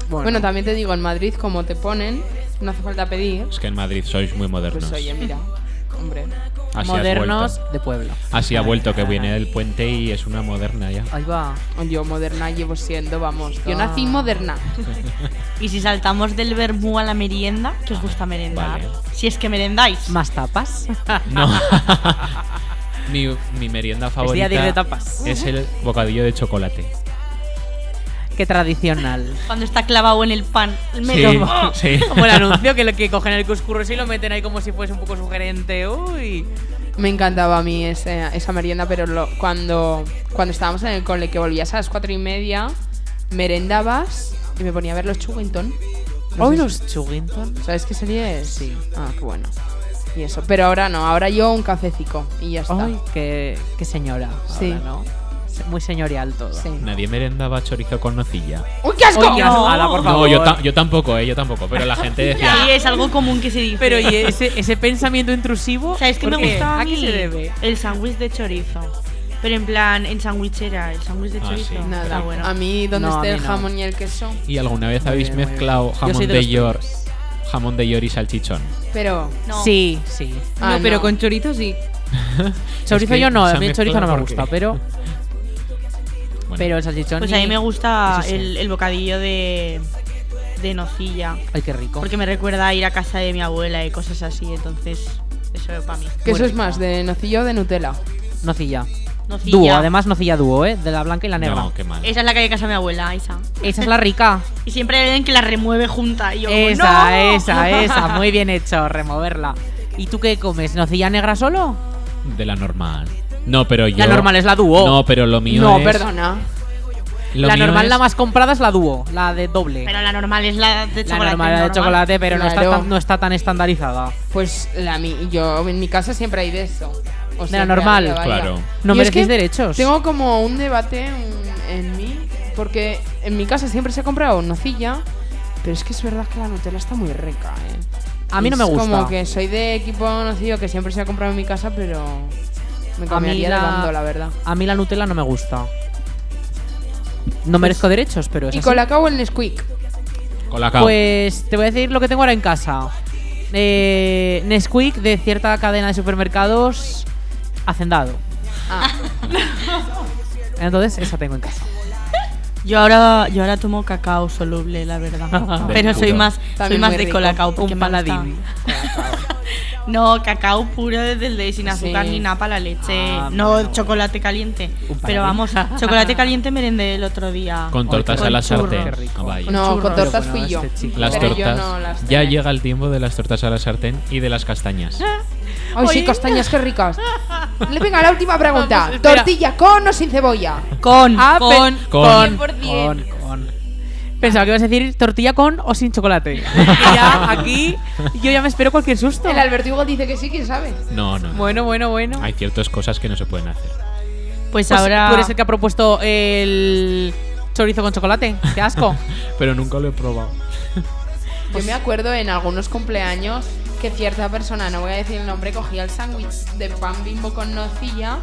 Bueno,
Bueno. también te digo, en Madrid, como te ponen, no hace falta pedir.
Es que en Madrid sois muy modernos.
Pues oye, mira, hombre.
Así
modernos
Has vuelto.
de pueblo.
Así ha vuelto, que viene del puente y es una moderna ya.
Ahí va.
Yo moderna llevo siendo, vamos. Yo
Ah.
nací moderna.
Y si saltamos del vermú a la merienda, que os gusta merendar.
Vale.
Si es que merendáis.
Más tapas.
No. mi, mi merienda favorita
día de ir de tapas.
es el bocadillo de chocolate.
Qué tradicional.
Cuando está clavado en el pan, el
Sí,
melón.
sí.
Como el anuncio que, lo que cogen el cuscurros y lo meten ahí como si fuese un poco sugerente. Uy.
Me encantaba a mí ese- esa merienda, pero lo- cuando, cuando estábamos en el cole, que volvías a las cuatro y media, merendabas y me ponía a ver los Chugington.
Hoy los Chuginton. Eh,
¿Sabes qué sería? Sí. Ah, qué bueno. Y eso. Pero ahora no, ahora yo un cafecito y ya está.
Ay, qué, qué señora.
Sí.
ahora, ¿no? Se- Muy señorial todo.
Sí.
Nadie merendaba chorizo con nocilla.
¡Uy, qué asco!
Oye, qué asco, ala, por
No,
favor.
yo, ta- yo tampoco, eh, yo tampoco. Pero la gente decía.
Sí, es algo común que se dice.
Pero y ese, ese pensamiento intrusivo.
¿Sabes qué me
¿por qué?
gusta a
¿A qué
mí?
se debe?
El sándwich de chorizo. Pero en plan, en sandwichera, el sándwich de
Ah,
chorizo.
sí.
Nada.
Ah, bueno.
A mí, ¿dónde
No, a
está el
mí no.
jamón y el queso?
¿Y alguna vez
Muy
habéis
bien, muy
mezclado
bien. Yo
jamón
soy
de,
de los
york, jamón de york y salchichón?
Pero.
Sí, sí.
Ah,
no, pero
no.
con chorizo sí.
Chorizo
que
yo no,
se
a
ha
mí el chorizo no
mezclado
me
porque-
gusta, pero.
Bueno.
Pero el salchichón.
Pues a mí
y-
me gusta
eso sí.
el, el bocadillo de, de nocilla.
Ay, qué rico.
Porque me recuerda a ir a casa de mi abuela y cosas así, entonces eso es para mí.
¿Qué eso
Muy
es más, de nocilla o de Nutella?
Nocilla.
Nocilla.
Dúo, además nocilla dúo, ¿eh? De la blanca y la negra.
No, qué mal.
Esa es la que hay de casa de mi abuela, esa.
Esa es la rica.
Y siempre hay alguien que la remueve junta. Y yo, como,
esa,
Eh, "No".
esa, esa. Muy bien hecho, removerla. ¿Y tú qué comes? ¿Nocilla negra solo?
De la normal. No, pero yo.
La normal es la dúo.
No, pero lo mío
no,
es.
perdona.
lo
la
mío
normal,
es-
la más comprada es la dúo, la de doble.
Pero la normal es la de
la
chocolate.
normal, la de chocolate, pero no, está
Claro.
tan, no está tan estandarizada.
Pues la mi, yo en mi casa siempre hay de eso. O
De
sea,
la normal.
Claro.
No
Y es
merecéis
que
derechos.
Tengo como un debate en, en mí, porque en mi casa siempre se ha comprado nocilla, pero es que es verdad que la Nutella está muy rica, ¿eh?
A mí no
Es
me gusta.
Como que soy de equipo nocido que siempre se ha comprado en mi casa, pero me
mí
cambiaría la...
la-
la verdad.
A mí la Nutella no me gusta. No merezco derechos, pero es
Y
así.
con la cabo el Nesquik.
Colacao.
Pues te voy a decir lo que tengo ahora en casa. Eh, Nesquik de cierta cadena de supermercados hacendado.
Ah.
Entonces, esa tengo en casa.
Yo ahora, yo ahora tomo cacao soluble, la verdad.
Del
pero soy
puro.
más, soy
También
más
muy
de
rico.
colacao porque
Un
me gusta.
paladín.
No, cacao puro desde el de sin azúcar
Sí.
ni nada para la leche.
Ah,
no
bueno.
chocolate caliente.
Un
Pero vamos,
paladín.
chocolate caliente merendé el otro día.
Con tortas
con
a la
churros.
sartén.
Qué rico.
Ah, vaya.
No, con
Churros.
tortas
Pero
fui
bueno,
yo.
este chico-
Las
Pero yo
tortas.
no las
ya
tenía.
llega el tiempo de las tortas a la sartén y de las castañas.
Ay, sí,
Oye.
castañas, qué ricas. Le venga la última pregunta.
Vamos, espera.
¿Tortilla con o sin cebolla?
Con,
Ah, pe-
con,
con-
con, con. Pensaba que ibas a decir tortilla con o sin chocolate. Que ya aquí yo ya me espero cualquier susto.
El Alberto Hugo dice que sí, quién sabe.
No, no. no.
Bueno, bueno, bueno.
Hay ciertas cosas que no se pueden hacer.
Pues
Pues
ahora.
Tú eres el que ha propuesto el chorizo con chocolate. Qué asco.
Pero nunca lo he probado.
Pues
Yo me acuerdo en algunos cumpleaños que cierta persona, no voy a decir el nombre, cogía el sándwich de pan bimbo con nocilla,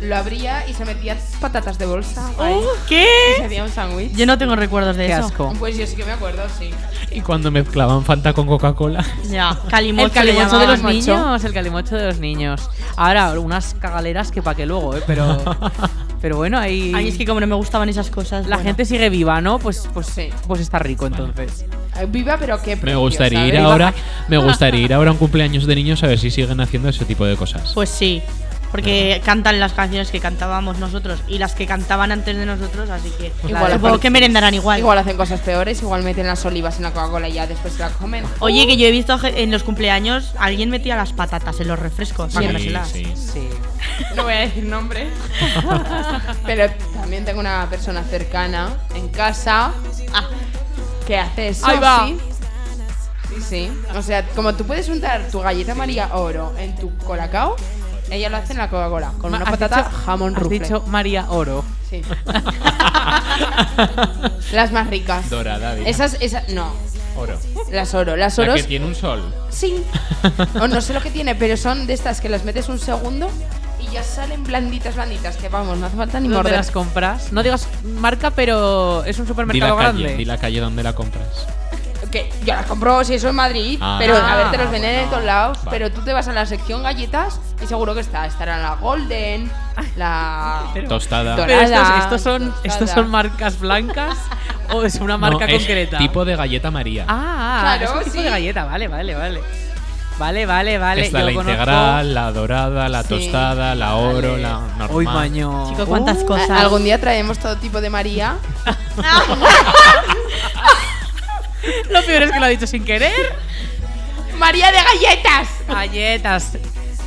lo abría y se metía patatas de bolsa. ahí, y se
Oh, ¿Qué?
hacía un sándwich.
Yo no tengo recuerdos de
Qué
eso.
asco.
Pues yo sí que me acuerdo, sí.
Y cuando mezclaban Fanta con Coca-Cola.
Ya, calimocho.
El calimocho
le
de los
llamaban.
niños, el calimocho de los niños. Ahora, unas cagaleras que pa' que luego, ¿eh? Pero, pero bueno, ahí
Ay, es que como no me gustaban esas cosas.
la
bueno.
gente sigue viva, ¿no? Pues, pues,
Sí.
pues está rico
Bueno.
entonces.
Eh, Viva, pero qué ¿eh?
Me
precio,
gustaría ir
¿sabes?
ahora. Me gustaría ir ahora a un cumpleaños de niños a ver si siguen haciendo ese tipo de cosas.
Pues sí, porque cantan las canciones que cantábamos nosotros y las que cantaban antes de nosotros, así que
Pues
Igual
supongo
aparte-
que merendarán igual.
Igual hacen cosas peores, igual meten las olivas en la Coca-Cola y ya después se la comen.
Oye, que yo he visto ge- en los cumpleaños alguien metía las patatas en los refrescos.
Sí,
para comérselas.
sí.
Sí.
Uh, No voy a decir nombre. Pero también tengo una persona cercana en casa
Ah,
que hace eso.
Ahí va.
Sí, sí. sí. O sea, como tú puedes untar tu galleta María Oro en tu colacao, ella lo hace en la Coca-Cola con una
Has
patata
dicho-
jamón
Has
rufle.
dicho María Oro.
Sí. las más ricas.
Dorada, diga.
Esas, esas, no.
Oro.
Las oro. Las
La
oros.
que tiene un sol.
Sí. O no sé lo que tiene, pero son de estas que las metes un segundo y ya salen blanditas, blanditas. Que vamos, no hace falta ni
¿Dónde
morder.
las compras? No digas marca, pero es un
Di la
supermercado
calle, di
grande.
la calle donde la compras.
Que yo las compro si eso en Madrid,
Ah.
pero a
Ah,
ver, te los venden en
bueno.
todos lados.
Vale.
Pero tú te vas a la sección galletas y seguro que está. Estará la Golden, la.
Tostada.
Dora-
Pero estos,
Dorada,
estos son,
tostada.
estos son marcas blancas o es una
No,
marca
es
concreta.
Tipo de galleta María.
Ah,
Claro,
es un tipo
sí.
de galleta, vale, vale, vale. Vale, vale, vale.
Está
yo
la
conozco-
integral, la dorada, la
Sí.
tostada, la oro, la normal.
Uy, maño.
Chicos, cuántas
A-
cosas.
Uh, Algún día traemos todo tipo de María.
Lo peor es que lo ha dicho sin querer.
¡María de galletas!
Galletas.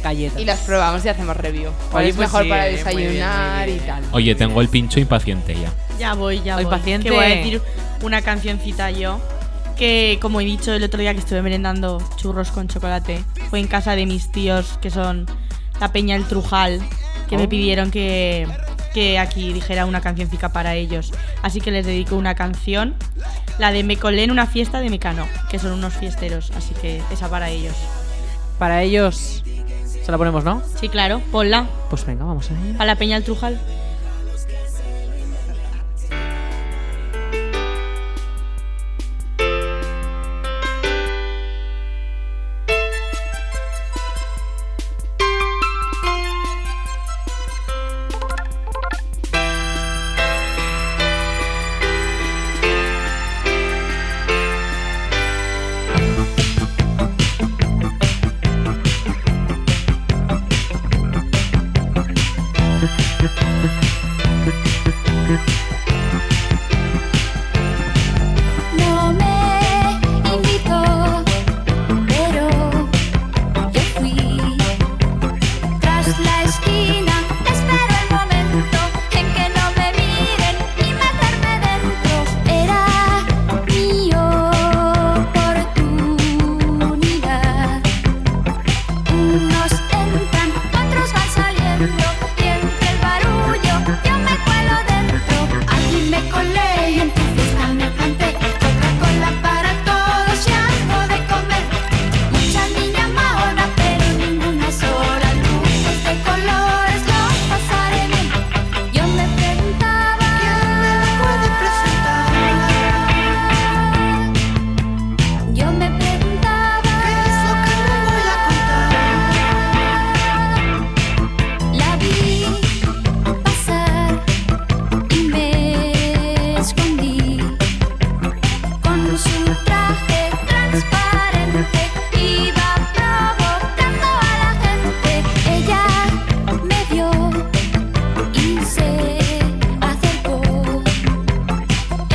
Galletas.
Y las probamos y hacemos review. ¿Cuál
Oye,
es
pues
mejor
sí,
para
eh, muy bien, muy
desayunar
bien.
y tal?
Oye, tengo el pincho impaciente ya.
Ya voy, ya
Ay,
voy.
paciente.
Que voy a decir una cancioncita yo. Que como he dicho el otro día que estuve merendando churros con chocolate, fue en casa de mis tíos, que son la Peña El Trujal, que me
Oh.
pidieron que, que aquí dijera una cancioncita para ellos. Así que les dedico una canción, la de Me colé en una fiesta de Mecano, que son unos fiesteros, así que esa para ellos.
Para ellos. ¿Se la ponemos, no?
Sí, claro, ponla.
Pues venga, vamos a ir.
A la Peña al Trujal.
No me invitó, pero yo fui. Tras la esquina espero el momento en que no me miren y meterme dentro. Era mi oportunidad. Unos entran, otros van saliendo y entre el barullo yo me cuelo dentro. Allí me colé y en tu fiesta me planté. Coca-Cola para todos y algo de comer. Muchas niñas maonas, pero ninguna sola. Luces de colores, lo pasaré bien. Yo me preguntaba. ¿Quién me puede presentar? Yo me preguntaba. ¿Qué es lo que no voy a contar? La vi pasar y me escondí con su traje transparente iba provocando a la gente. Ella me vio y se acercó.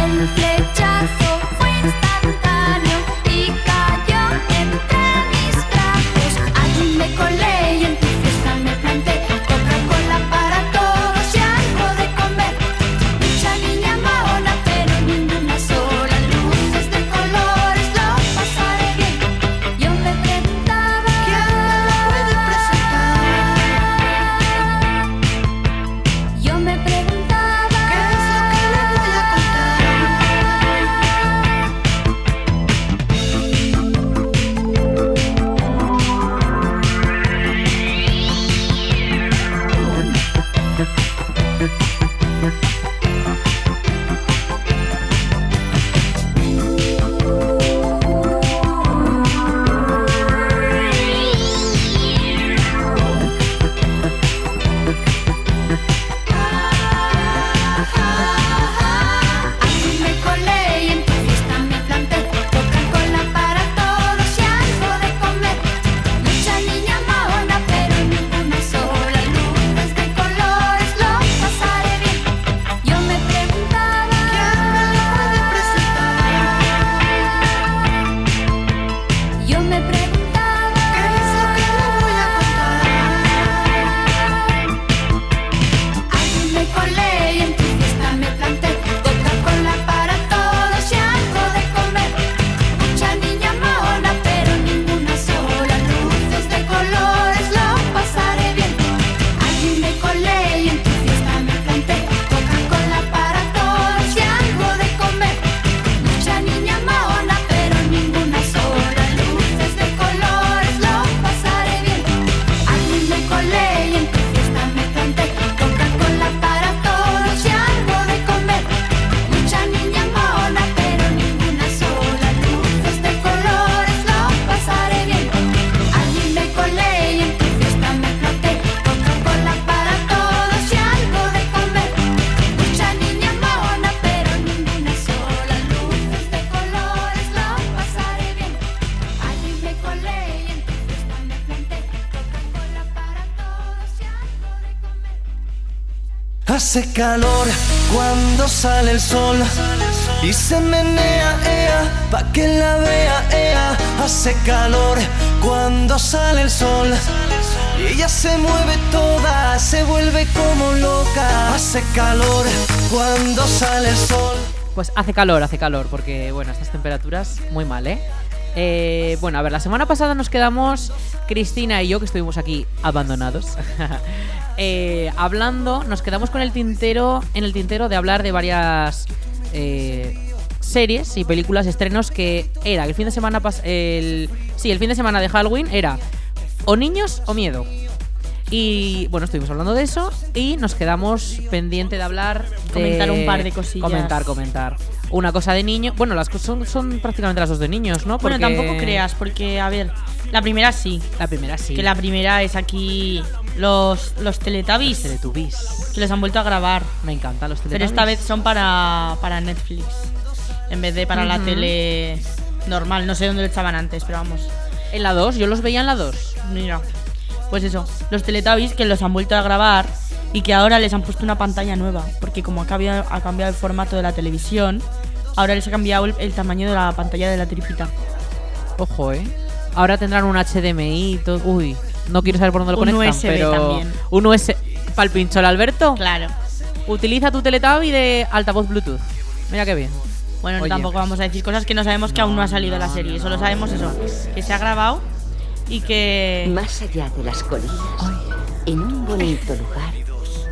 El flechazo fue instantáneo y cayó entre mis brazos. Allí me colé y en tu fiesta me planté. Coca-Cola para todos y algo de comer. Mucha niña maona, pero ninguna sola. Luces de colores, lo pasaré bien. Yo me preguntaba: ¿Quién me puede presentar? Yo me preguntaba: ¿Qué es lo que le voy a contar? Así me colé y en tu fiesta me planté. Coca-Cola para todos y algo de comer. Mucha niña maona, pero ninguna sola. Luces de colores, lo pasaré bien. Yo me preguntaba: ¿Quién me lo puede presentar? Yo me preguntaba: ¿Qué es lo que le voy a contar? Así me colé y en tu fiesta me planté. Coca-Cola para todos y algo de comer. Mucha niña maona, pero ninguna sola. Luces de colores, lo pasaré bien. Allí me colé y en tu fiesta me planté. Coca-Cola para todos y algo de comer. Mucha niña maona, pero ninguna sola. Luces de colores, lo pasaré bien. Allí me colé y en tu fiesta me planté. Coca-Cola para todos y algo de comer. Mucha niña maona, pero ninguna sola. Luces de colores, lo pasaré bien. Allí me colé y en tu fiesta me planté. Coca-Cola para todos y algo de comer. Mucha niña maona, pero ninguna sola. Luces de colores, lo pasaré bien. Allí me colé y en tu fiesta me planté. Coca-Cola para todos y algo de comer.
Hace calor cuando sale el sol y se menea, ea, pa' que la vea, ea. Hace calor cuando sale el sol y ella se mueve toda, se vuelve como loca. Hace calor cuando sale el sol.
Pues hace calor, hace calor, porque bueno, estas temperaturas muy mal, ¿eh? Eh, bueno, a ver, la semana pasada nos quedamos Cristina y yo, que estuvimos aquí abandonados, eh, hablando, nos quedamos con el tintero, en el tintero de hablar de varias eh, series y películas, estrenos que era el fin de semana, pas- el, sí, el fin de semana de Halloween era o niños o miedo. Y bueno, estuvimos hablando de eso y nos quedamos pendiente de hablar. de-
Comentar un par de cosillas.
Comentar, comentar. Una cosa de niño. Bueno, las cosas son, son prácticamente las dos de niños, ¿no?
Bueno,
Porque-
tampoco creas, porque, a ver, la primera sí.
La primera sí.
Que la primera es aquí los, los Teletubbies.
Los Teletubbies.
Que los han vuelto a grabar.
Me encantan los
Pero
Teletubbies.
esta vez son para, para Netflix. En vez de para la
Ujú.
tele normal. No sé dónde lo echaban antes, pero vamos.
En la 2, yo los veía en la 2.
Mira. Pues eso, los Teletubbies que los han vuelto a grabar y que ahora les han puesto una pantalla nueva. Porque como ha cambiado, ha cambiado el formato de la televisión, ahora les ha cambiado el, el tamaño de la pantalla de la tripita.
Ojo, ¿eh? Ahora tendrán un HDMI y todo. Uy, no quiero saber por dónde lo
Un
conectan,
USB
pero...
también.
Un USB ¿Para el pinchol, Alberto?
Claro.
Utiliza tu Teletubby de altavoz Bluetooth. Mira qué bien.
Bueno,
Oye.
tampoco vamos a decir cosas que no sabemos que aún no ha salido la serie. Solo sabemos eso, que se ha grabado y que...
Más allá de las colinas, en un bonito lugar,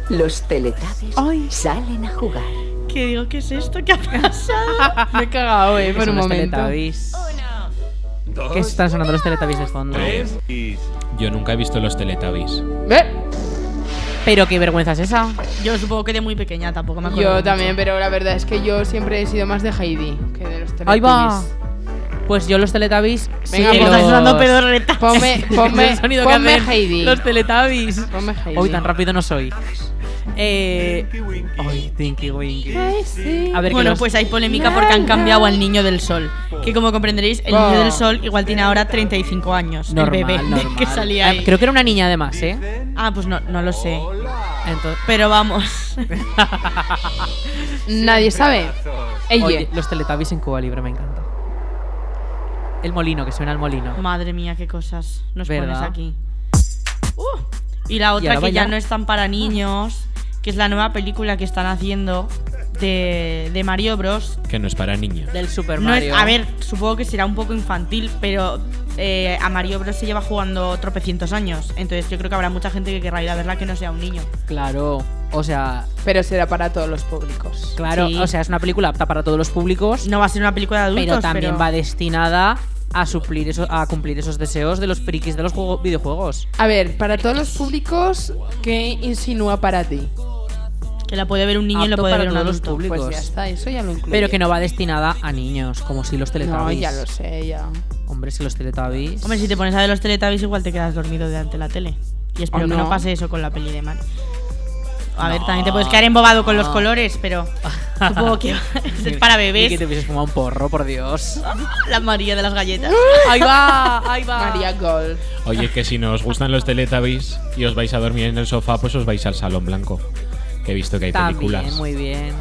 los teletubbies salen a jugar.
¿Qué digo? ¿Qué es esto? ¿Qué ha pasado?
Me he cagado, eh, por
Son
un
los
momento.
Teletubbies. ¿Qué están sonando los Teletubbies de fondo?
Yo nunca he visto los Teletubbies.
Pero qué vergüenza es esa.
Yo supongo que de muy pequeña tampoco me acuerdo.
Yo
mucho.
también, pero la verdad es que yo siempre he sido más de Heidi que de los Teletubbies.
Ahí va. Pues yo los Teletubbies.
Venga, pues
sí, los-
estás sonando
pedorretas.
Ponme, ponme,
El sonido que
ponme
hacen
Heidi.
Los Teletubbies.
Ponme Heidi.
Hoy tan rápido no soy. Eh. Ay, Tinky Winky. A ver, que
bueno,
los-
pues hay polémica porque han cambiado al niño del sol. Que como comprenderéis, el
Oh.
niño del sol igual tiene ahora 35 años.
Normal,
el bebé
normal.
que salía ahí.
Ah, Creo que era una niña además, ¿eh?
Ah, pues no, no lo sé.
Entonces,
Pero vamos.
Nadie sabe. Ella.
Oye, los Teletubbies en Cuba Libre me encanta. El molino, que suena el molino.
Madre mía, qué cosas nos
¿Verdad?
pones aquí. Uh, y la otra
Y ahora
que
baila-
ya no es tan para niños, que es la nueva película que están haciendo de, de Mario Bros.
Que no es para niños.
Del Super
No es-
Mario.
a ver, supongo que será un poco infantil, pero eh, a Mario Bros se lleva jugando tropecientos años. Entonces yo creo que habrá mucha gente que querrá ir a verla que no sea un niño.
Claro, o sea,
Pero será para todos los públicos.
claro,
Sí.
o sea, es una película apta para todos los públicos,
No va a ser una película de adultos,
pero también va destinada a suplir eso, a cumplir esos deseos de los frikis de los juego- videojuegos.
A ver, para todos los públicos, ¿qué insinúa para ti?
que la puede ver un niño y lo
apto
puede
para
ver un
todos los
adulto.
públicos.
Pues ya está, eso ya lo incluye.
Pero que no va destinada a niños, como si los
No,
Teletubbies.
ya lo sé, ya.
Hombre, si los Teletubbies.
Hombre, si te pones a ver los Teletubbies igual te quedas dormido delante de la tele. Y espero
O
que no
no.
pase eso con la peli de Mario. A ver,
No.
también te puedes quedar embobado con los
No.
colores, pero supongo que es para
Y que
bebés.
te hubieses fumado un porro, por Dios.
La María de las galletas.
ahí va, ahí va.
María Gold.
Oye, que si no os gustan los Teletubbies y os vais a dormir en el sofá, pues os vais al Salón Blanco. Que he visto que hay
También,
películas.
muy bien.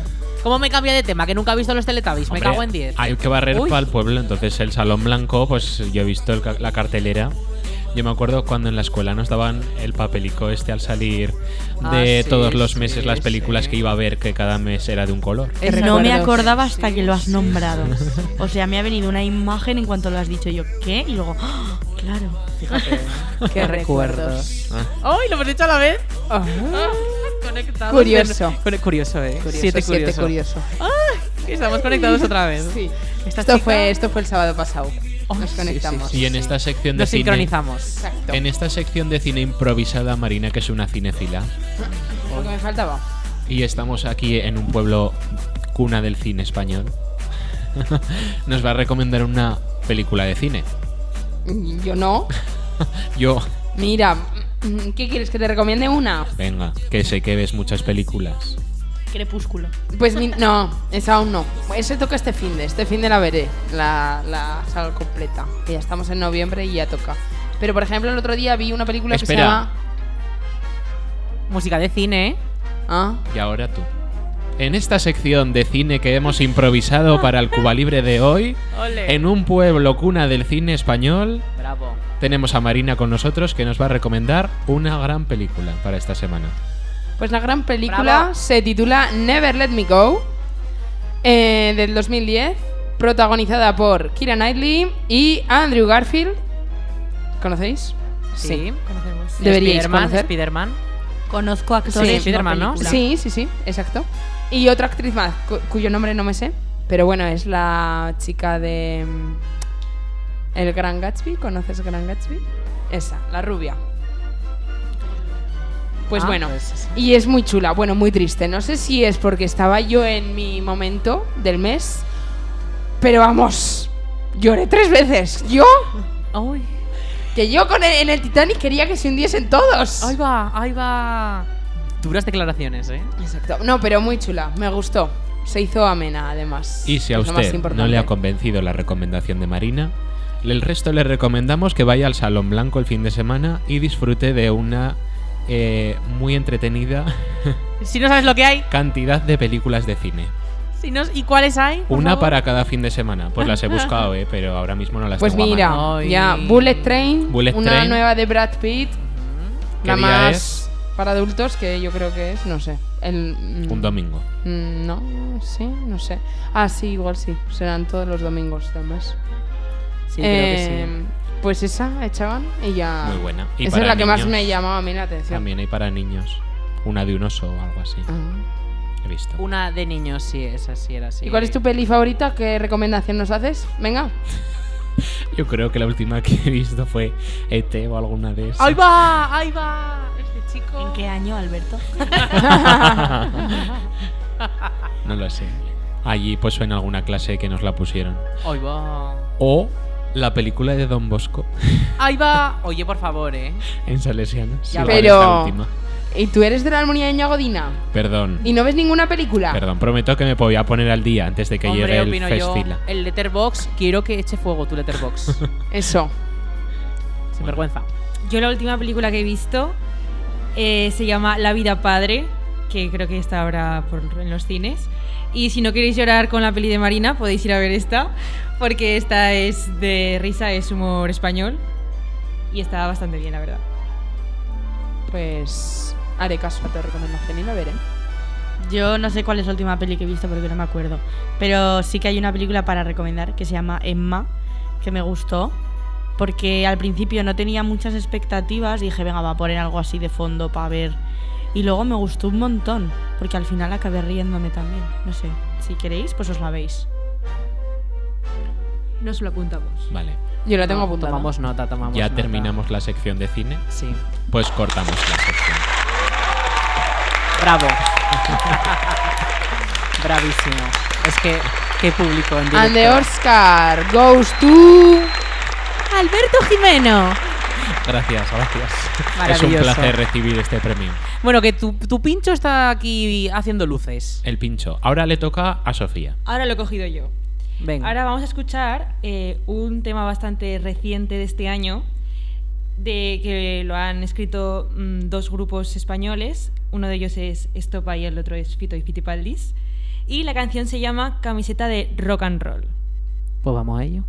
¿Cómo me cambia de tema? Que nunca he visto los Teletubbies.
Hombre,
me cago en 10.
Hay que barrer
Uy.
para el pueblo, entonces el Salón Blanco, pues yo he visto el ca- la cartelera. Yo me acuerdo cuando en la escuela nos daban el papelico este al salir de
Ah, sí,
todos los
sí,
meses las películas
sí.
que iba a ver, que cada mes era de un color.
Qué
No me
recuerdos.
acordaba hasta que lo has nombrado. O sea, me ha venido una imagen en cuanto lo has dicho yo, ¿qué? Y luego, ¡ah! claro.
Fíjate.
Qué
recuerdos.
recuerdos.
Ah. ¡Ay, lo hemos hecho a la vez! Ah, Conectados.
Curioso.
en- Cur- curioso, ¿eh?
Curioso,
siete curioso.
siete curioso.
Estamos conectados otra vez.
Sí.
Esta
Esto
chica-
fue, esto fue el sábado pasado.
Ay,
Nos
sí,
conectamos.
sí,
Y en esta sección de
Nos
cine.
sincronizamos.
Exacto.
En esta sección de cine improvisada, Marina, que es una cinefila.
Eh,
Lo que me faltaba.
Y estamos aquí en un pueblo cuna del cine español. Nos va a recomendar una película de cine.
oh.
Yo no.
Yo,
Mira, mm, ¿qué quieres que te recomiende una?
venga, que sé que ves muchas películas.
Crepúsculo.
Pues mi- no, esa aún no. Ese toca este fin de, este fin de la veré, la, la saga completa. Que ya estamos en noviembre y ya toca. Pero por ejemplo el otro día vi una película que
Espera.
se llama.
Música de cine, ¿eh?
¿Ah?
Y ahora tú. En esta sección de cine que hemos improvisado para el Cuba Libre de hoy, en un pueblo cuna del cine español,
Bravo.
tenemos a Marina con nosotros que nos va a recomendar una gran película para esta semana.
Pues la gran película se titula Never Let Me Go, eh, del 2010, protagonizada por Kira Knightley y Andrew Garfield. ¿Conocéis?
Conocemos.
Deberíais
Spiderman,
conocer.
Spiderman.
Conozco actores.
Sí,
no
Spiderman, ¿no?
película.
Sí, sí, sí, exacto. Y otra actriz más, cu- cuyo nombre no me sé, pero bueno, es la chica de... mm, El Gran Gatsby, ¿conoces Gran Gatsby? Esa, la rubia. Pues
Ah,
bueno,
pues esa.
y es muy chula, bueno, muy triste. No sé si es porque estaba yo en mi momento del mes, pero vamos, lloré tres veces. ¿Yo? Que yo con el- en el Titanic quería que se hundiesen todos.
Ahí va, ahí va. Duras declaraciones, ¿eh?
Exacto. No, pero muy chula, me gustó. Se hizo amena, además.
Y si a
Es lo más
usted no
importante.
le ha convencido la recomendación de Marina, el resto le recomendamos que vaya al Salón Blanco el fin de semana y disfrute de una eh, muy entretenida
Si no sabes lo que hay,
cantidad de películas de cine.
si no, ¿y cuáles hay? por
Una
favor?
para cada fin de semana. Pues las he buscado, eh, pero ahora mismo no las
Pues
tengo a
mira,
mano.
ya Bullet Train,
Bullet
una
Train.
nueva de Brad Pitt,
¿Qué
la
día
más
es?
para adultos que yo creo que es, no sé. El, mm,
Un domingo.
mm, No, sí, no sé. Ah, sí, igual sí. Serán todos los domingos del mes.
Sí, creo que
Em, Pues esa echaban y ya.
Muy buena. Y
esa
para
es la que más
niños.
me llamaba a mí la atención.
También hay para niños. Una de un oso o algo así.
Ah.
He visto.
Una de niños, sí, esa sí era así.
¿Y cuál es tu peli favorita? ¿Qué recomendación nos haces? Venga.
Yo creo que la última que he visto fue ET o alguna de esas.
Ahí va, ahí va. Este chico. ¿En qué año, Alberto?
No lo sé. Allí pues en alguna clase que nos la pusieron.
ahí va.
O la película de Don Bosco
Ahí va. Oye, por favor, ¿eh?
en Salesianas.
Ya
Igual
ves.
es la
Pero-
última.
¿Y tú eres de la armonía de Ñagodina?
Perdón.
¿Y no ves ninguna película?
Perdón, prometo que me voy a poner al día antes de que
Hombre,
llegue
opino
el
yo.
festila.
El letterbox, quiero que eche fuego tu letterbox. Sin
Eso.
vergüenza.
Yo la última película que he visto eh, se llama La vida padre, que creo que está ahora por, en los cines. Y si no queréis llorar con la peli de Marina, podéis ir a ver esta, porque esta es de risa, es humor español. Y está bastante bien, la verdad.
Pues haré caso a tu recomendación y la veré.
Yo no sé cuál es la última peli que he visto porque no me acuerdo. Pero sí que hay una película para recomendar que se llama Emma, que me gustó. Porque al principio no tenía muchas expectativas. Dije, venga, va a poner algo así de fondo para ver. Y luego me gustó un montón. Porque al final acabé riéndome también. No sé. Si queréis, pues os la veis.
Nos lo apuntamos. Ah,
Vale.
Yo la tengo apuntada.
Tomamos nota, tomamos
ya
nota.
terminamos la sección de cine.
Sí.
Pues cortamos la sección.
Bravo. Bravísimo. Es que, qué público en directo.
And the Oscar goes to.
Alberto Jimeno.
Gracias, gracias. Es un
Maravilloso.
placer recibir este premio.
Bueno, que tu, tu pincho está aquí haciendo luces.
El pincho. Ahora le toca a Sofía.
Ahora lo he cogido yo.
Venga.
Ahora vamos a escuchar eh, un tema bastante reciente de este año, de que lo han escrito mm, dos grupos españoles. Uno de ellos es Estopa y el otro es Fito y Fitipaldis. Y la canción se llama Camiseta de Rock and Roll.
Pues vamos a ello.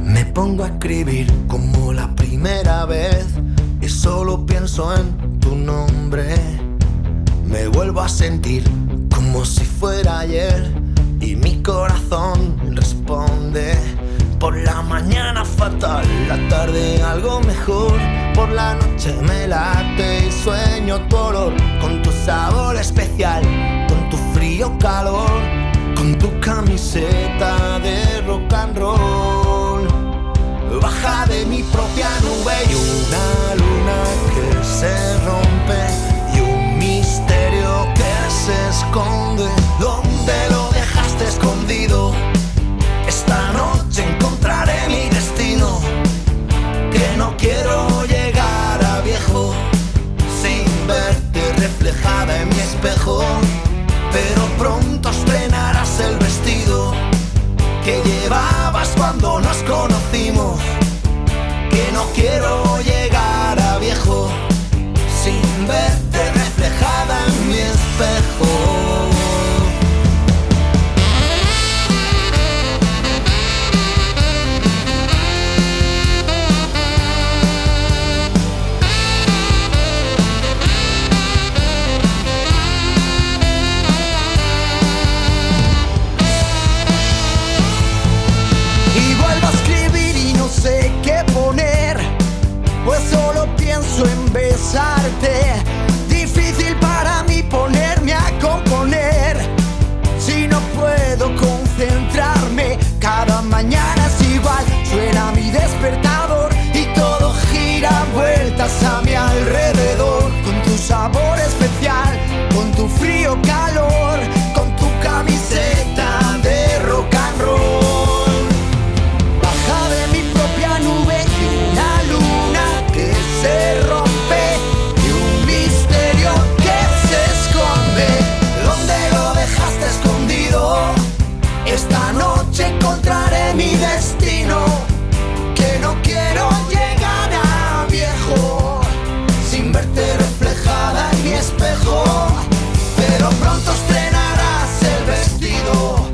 Me pongo a escribir como la primera vez y solo pienso en tu nombre. Me vuelvo a sentir como si fuera ayer y mi corazón responde. Por la mañana fatal, la tarde algo mejor. Por la noche me late y sueño tu olor con tu sabor especial, con tu frío calor, con tu camiseta de rock and roll. Baja de mi propia nube y una luna que se rompe y un misterio que se esconde. ¿Dónde lo dejaste escondido? Esta noche encontraré mi destino. Que no quiero llegar a viejo sin verte reflejada en mi espejo. Pero pronto estrenarás el vestido que llevabas cuando nos conocimos. Que no quiero llegar
pues pienso en besarte. Difícil para mí ponerme a componer. Si no puedo concentrarme, cada mañana es igual. Suena mi despertador y todo gira vueltas a mi alrededor. Con tu sabor especial, con tu frío calor, con tu camiseta de rock and roll. Baja de mi propia nube y una luna que se rompe y un misterio que se esconde. ¿Dónde lo dejaste escondido? Esta noche encontraré mi destino. Que no quiero llegar a viejo sin verte reflejada en mi espejo. Pero pronto estrenarás el vestido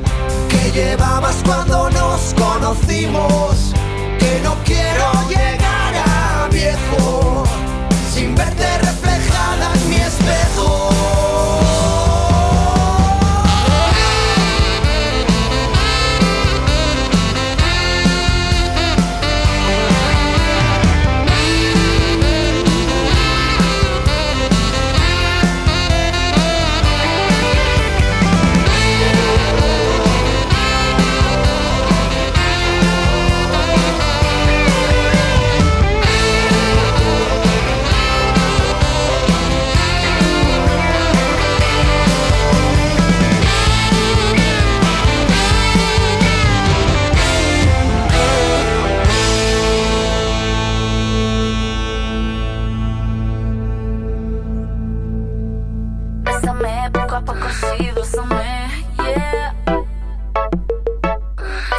que llevabas cuando nos conocimos. Que no quiero llegar a viejo sin verte reflejada en mi espejo.
Bésame poco a poco, sí, bésame, yeah.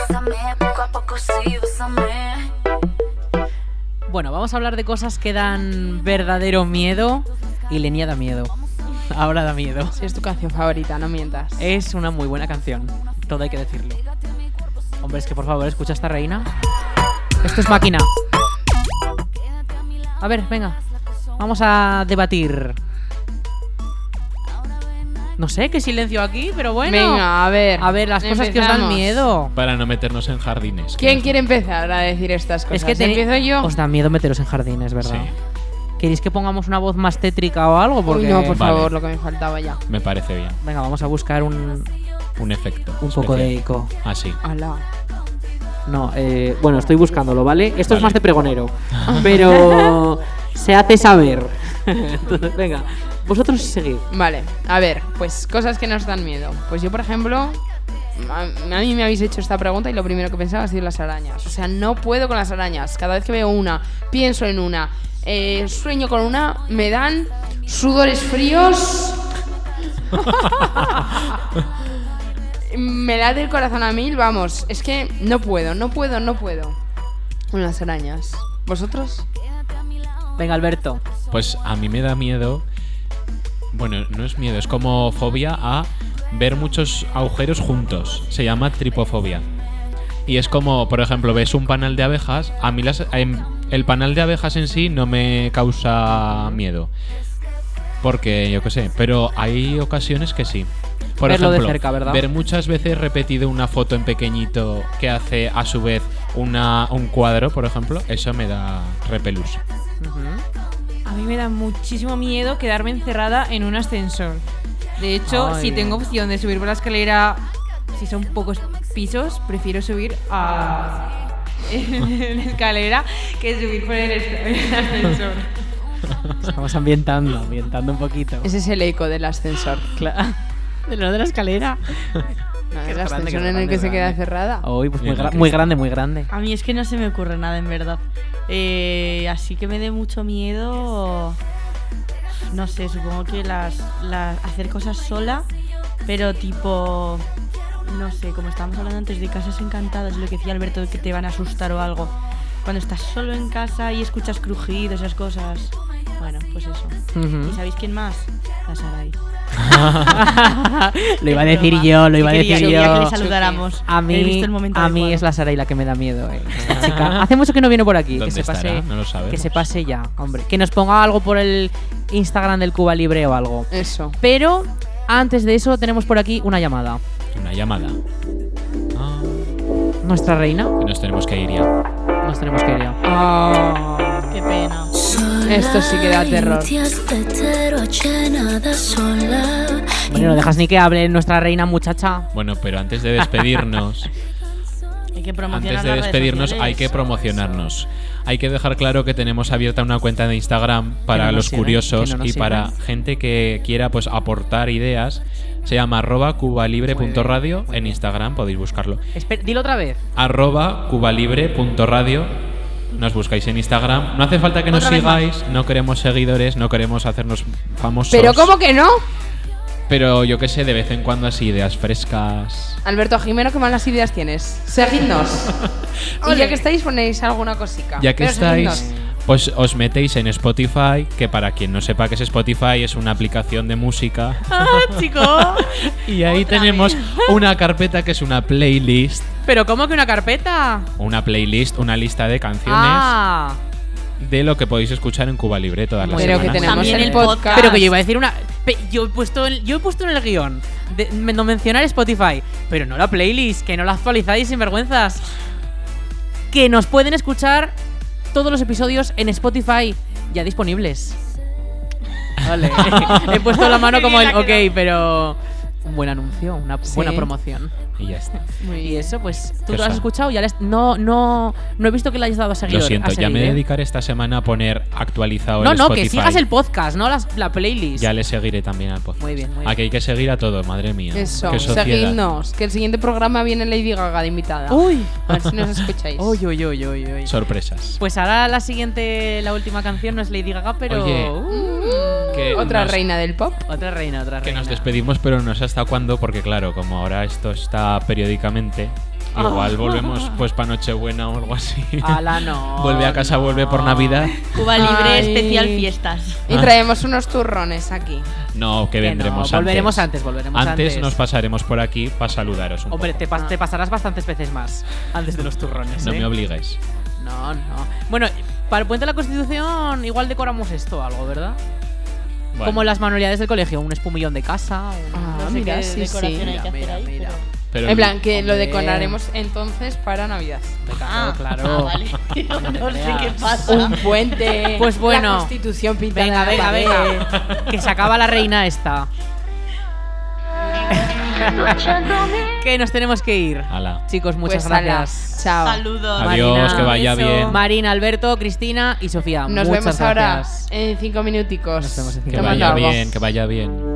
Bésame poco a poco, sí, bésame.
Bueno, vamos a hablar de cosas que dan verdadero miedo. Y Lenia da miedo. Ahora da miedo.
Es tu canción favorita, no mientas.
Es una muy buena canción. Todo hay que decirlo. Hombre, es que por favor, escucha a esta reina. Esto es máquina. A ver, venga. Vamos a debatir. No sé qué silencio aquí, pero bueno.
Venga, a ver.
A ver, las cosas que os dan
Empezamos.
miedo.
Para no meternos en jardines.
¿Quién quiere empezar a decir estas cosas?
Es que te-
empiezo yo.
os da miedo meteros en jardines, ¿verdad? ¿Queréis que pongamos una voz más tétrica o algo? Porque...
Uy, no, por favor, lo que me faltaba ya.
Me parece bien.
Venga, vamos a buscar un,
Un efecto.
un poco de
especial. Ah,
eco.
Así.
No, eh, bueno, estoy buscándolo, ¿vale? Esto es más de pregonero, pero se hace saber. Entonces, venga, vosotros seguid.
Vale, a ver, pues cosas que nos dan miedo. Pues yo, por ejemplo, a, a mí me habéis hecho esta pregunta y lo primero que pensaba ha sido las arañas. O sea, no puedo con las arañas. Cada vez que veo una, pienso en una, eh, sueño con una, me dan sudores fríos. me late el corazón a mil, vamos. Es que no puedo, no puedo, no puedo. Con las arañas. ¿Vosotros?
Venga, Alberto.
Pues a mí me da miedo. Bueno, no es miedo, es como fobia a ver muchos agujeros juntos. Se llama tripofobia. Y es como, por ejemplo, ves un panal de abejas. A mí las, em, el panal de abejas en sí no me causa miedo. Porque, yo qué sé, pero hay ocasiones que sí. Por
Verlo de
ejemplo,
cerca, ¿verdad?
ver muchas veces repetido una foto en pequeñito que hace a su vez una, un cuadro, por ejemplo, eso me da repelús.
A mí me da muchísimo miedo quedarme encerrada en un ascensor. De hecho,
Ay.
si tengo opción de subir por la escalera, si son pocos pisos, prefiero subir a en la escalera que subir por el, est- el ascensor.
Estamos ambientando, ambientando un poquito.
Ese es el eco del ascensor.
Claro. De lo de la escalera.
No,
Que es
el
grande, que
ascensor
es
en el
grande,
que se queda
grande.
cerrada.
Uy, pues muy,
Venga,
gra-
Cris.
muy grande, muy grande.
A mí es que no se me ocurre nada, en verdad. Eh, así que me dé mucho miedo. No sé, supongo que las, las- hacer cosas sola, pero tipo. No sé, como estábamos hablando antes de casas encantadas, lo que decía Alberto, que te van a asustar o algo. Cuando estás solo en casa y escuchas crujidos, esas cosas. Bueno, pues eso.
Ujú.
¿Y sabéis quién más? La Sarai.
lo iba a decir yo, lo iba a
Quería-
decir
quería que le
yo.
saludáramos.
A
He
mí,
visto el momento
a mí es la Sara y la que me da miedo. eh, esta chica. Hace mucho que no viene por aquí. Que
¿Dónde
se, pase,
estará? No lo sabemos.
que se pase ya, hombre. Que nos ponga algo por el Instagram del Cuba Libre o algo.
Eso.
Pero antes de eso tenemos por aquí una llamada.
Una llamada. Ah,
Nuestra reina.
nos tenemos que ir ya.
Nos tenemos que ir ya.
Ah.
Qué pena.
Solo
Esto sí que da terror.
Bueno, no dejas ni que hable nuestra reina muchacha.
Bueno, pero antes de despedirnos,
Hay que
antes
promocionar
de
las redes
despedirnos
sociales.
hay que promocionarnos. Hay que dejar claro que tenemos abierta una cuenta de Instagram para
no nos
los
sigan,
curiosos
que no nos
y para
sigan.
gente que quiera pues aportar ideas. Se llama arroba cubalibre.radio en Instagram, podéis buscarlo.
Espera, dilo otra vez.
arroba cubalibre.radio. Nos buscáis en Instagram. No hace falta que nos
Otra vez
sigáis, no queremos seguidores, no queremos hacernos famosos.
Pero ¿cómo que no?
Pero yo qué sé, de vez en cuando así ideas frescas.
Alberto Jimeno, qué malas ideas tienes. Seguidnos. y ya que estáis, ponéis alguna cosica.
Ya que
Pero
estáis,
seguidnos.
pues os metéis en Spotify, que para quien no sepa qué es Spotify, es una aplicación de música.
¡Ah, chico!
Y ahí tenemos una carpeta que es una playlist.
¿Pero cómo que una carpeta?
Una playlist, una lista de canciones
Ah,
de lo que podéis escuchar en Cuba Libre todas las
Pero que
semanas.
tenemos el podcast.
Pero que yo iba a decir una. pe- Yo he puesto, en- yo he puesto en el guión de, me- no mencionar Spotify, pero no la playlist, que no la actualizáis sin vergüenzas. Que nos pueden escuchar todos los episodios en Spotify ya disponibles. Vale. he puesto la mano como el ok, pero un buen anuncio, una buena
Sí.
promoción.
Y ya está.
Y eso, pues tú
Ya
lo has
está.
escuchado, ya les- no, no, no he visto que le hayas dado a seguir.
Lo siento,
a
ya
seguir,
me
¿eh?
dedicaré esta semana a poner actualizado
No,
el
no,
Spotify.
que sigas el podcast, no las- la playlist.
Ya le seguiré también al podcast.
Muy bien, muy
Aquí hay que seguir a todo, madre mía.
Eso,
Qué sociedad.
seguidnos. Que el siguiente programa viene Lady Gaga de invitada.
Uy.
A ver si nos escucháis.
Uy, uy, uy, uy, uy.
Sorpresas.
Pues ahora la siguiente, la última canción no es Lady Gaga, pero.
Oye,
uh,
que
Otra
nos-
reina del pop.
Otra reina, otra
Que
reina.
nos despedimos, pero no sé hasta cuándo, porque claro, como ahora esto está periódicamente, igual
Ah.
volvemos pues para Nochebuena o algo así.
Ala, no,
vuelve a casa, vuelve por Navidad.
Cuba Libre
Ay.
especial fiestas.
Y
Ah.
traemos unos turrones aquí.
No, que,
Que
vendremos
no, volveremos
antes.
antes, volveremos antes.
nos pasaremos por aquí para saludaros un
Hombre, te, pas- te pasarás bastantes veces más antes de los turrones.
poco. No
¿eh?
me obligues.
No, no. Bueno, para el puente de la Constitución, igual decoramos esto algo, ¿verdad?
Bueno.
Como las manualidades del colegio, un espumillón de casa. un-
Ah,
no sé
mira,
qué
sí,
decoración
sí.
hay que
Mira,
hacer ahí,
mira,
pero-
Pero
en plan, que lo
Hombre.
decoraremos entonces para Navidad.
Ah, claro.
Ah, vale. Digo, no sé qué pasa.
Un puente.
Pues bueno.
La constitución pintada.
Venga,
en la
venga,
pared.
venga. Que se acaba la reina esta. que nos tenemos que ir.
Hala.
Chicos, muchas
Pues, ala.
gracias.
Chao.
Saludos.
Adiós, que vaya
beso.
bien.
Marina, Alberto, Cristina y Sofía.
Nos
muchas
vemos ahora
gracias.
en cinco minuticos.
Nos vemos en
Que
Te
vaya
mando algo.
bien, que vaya bien.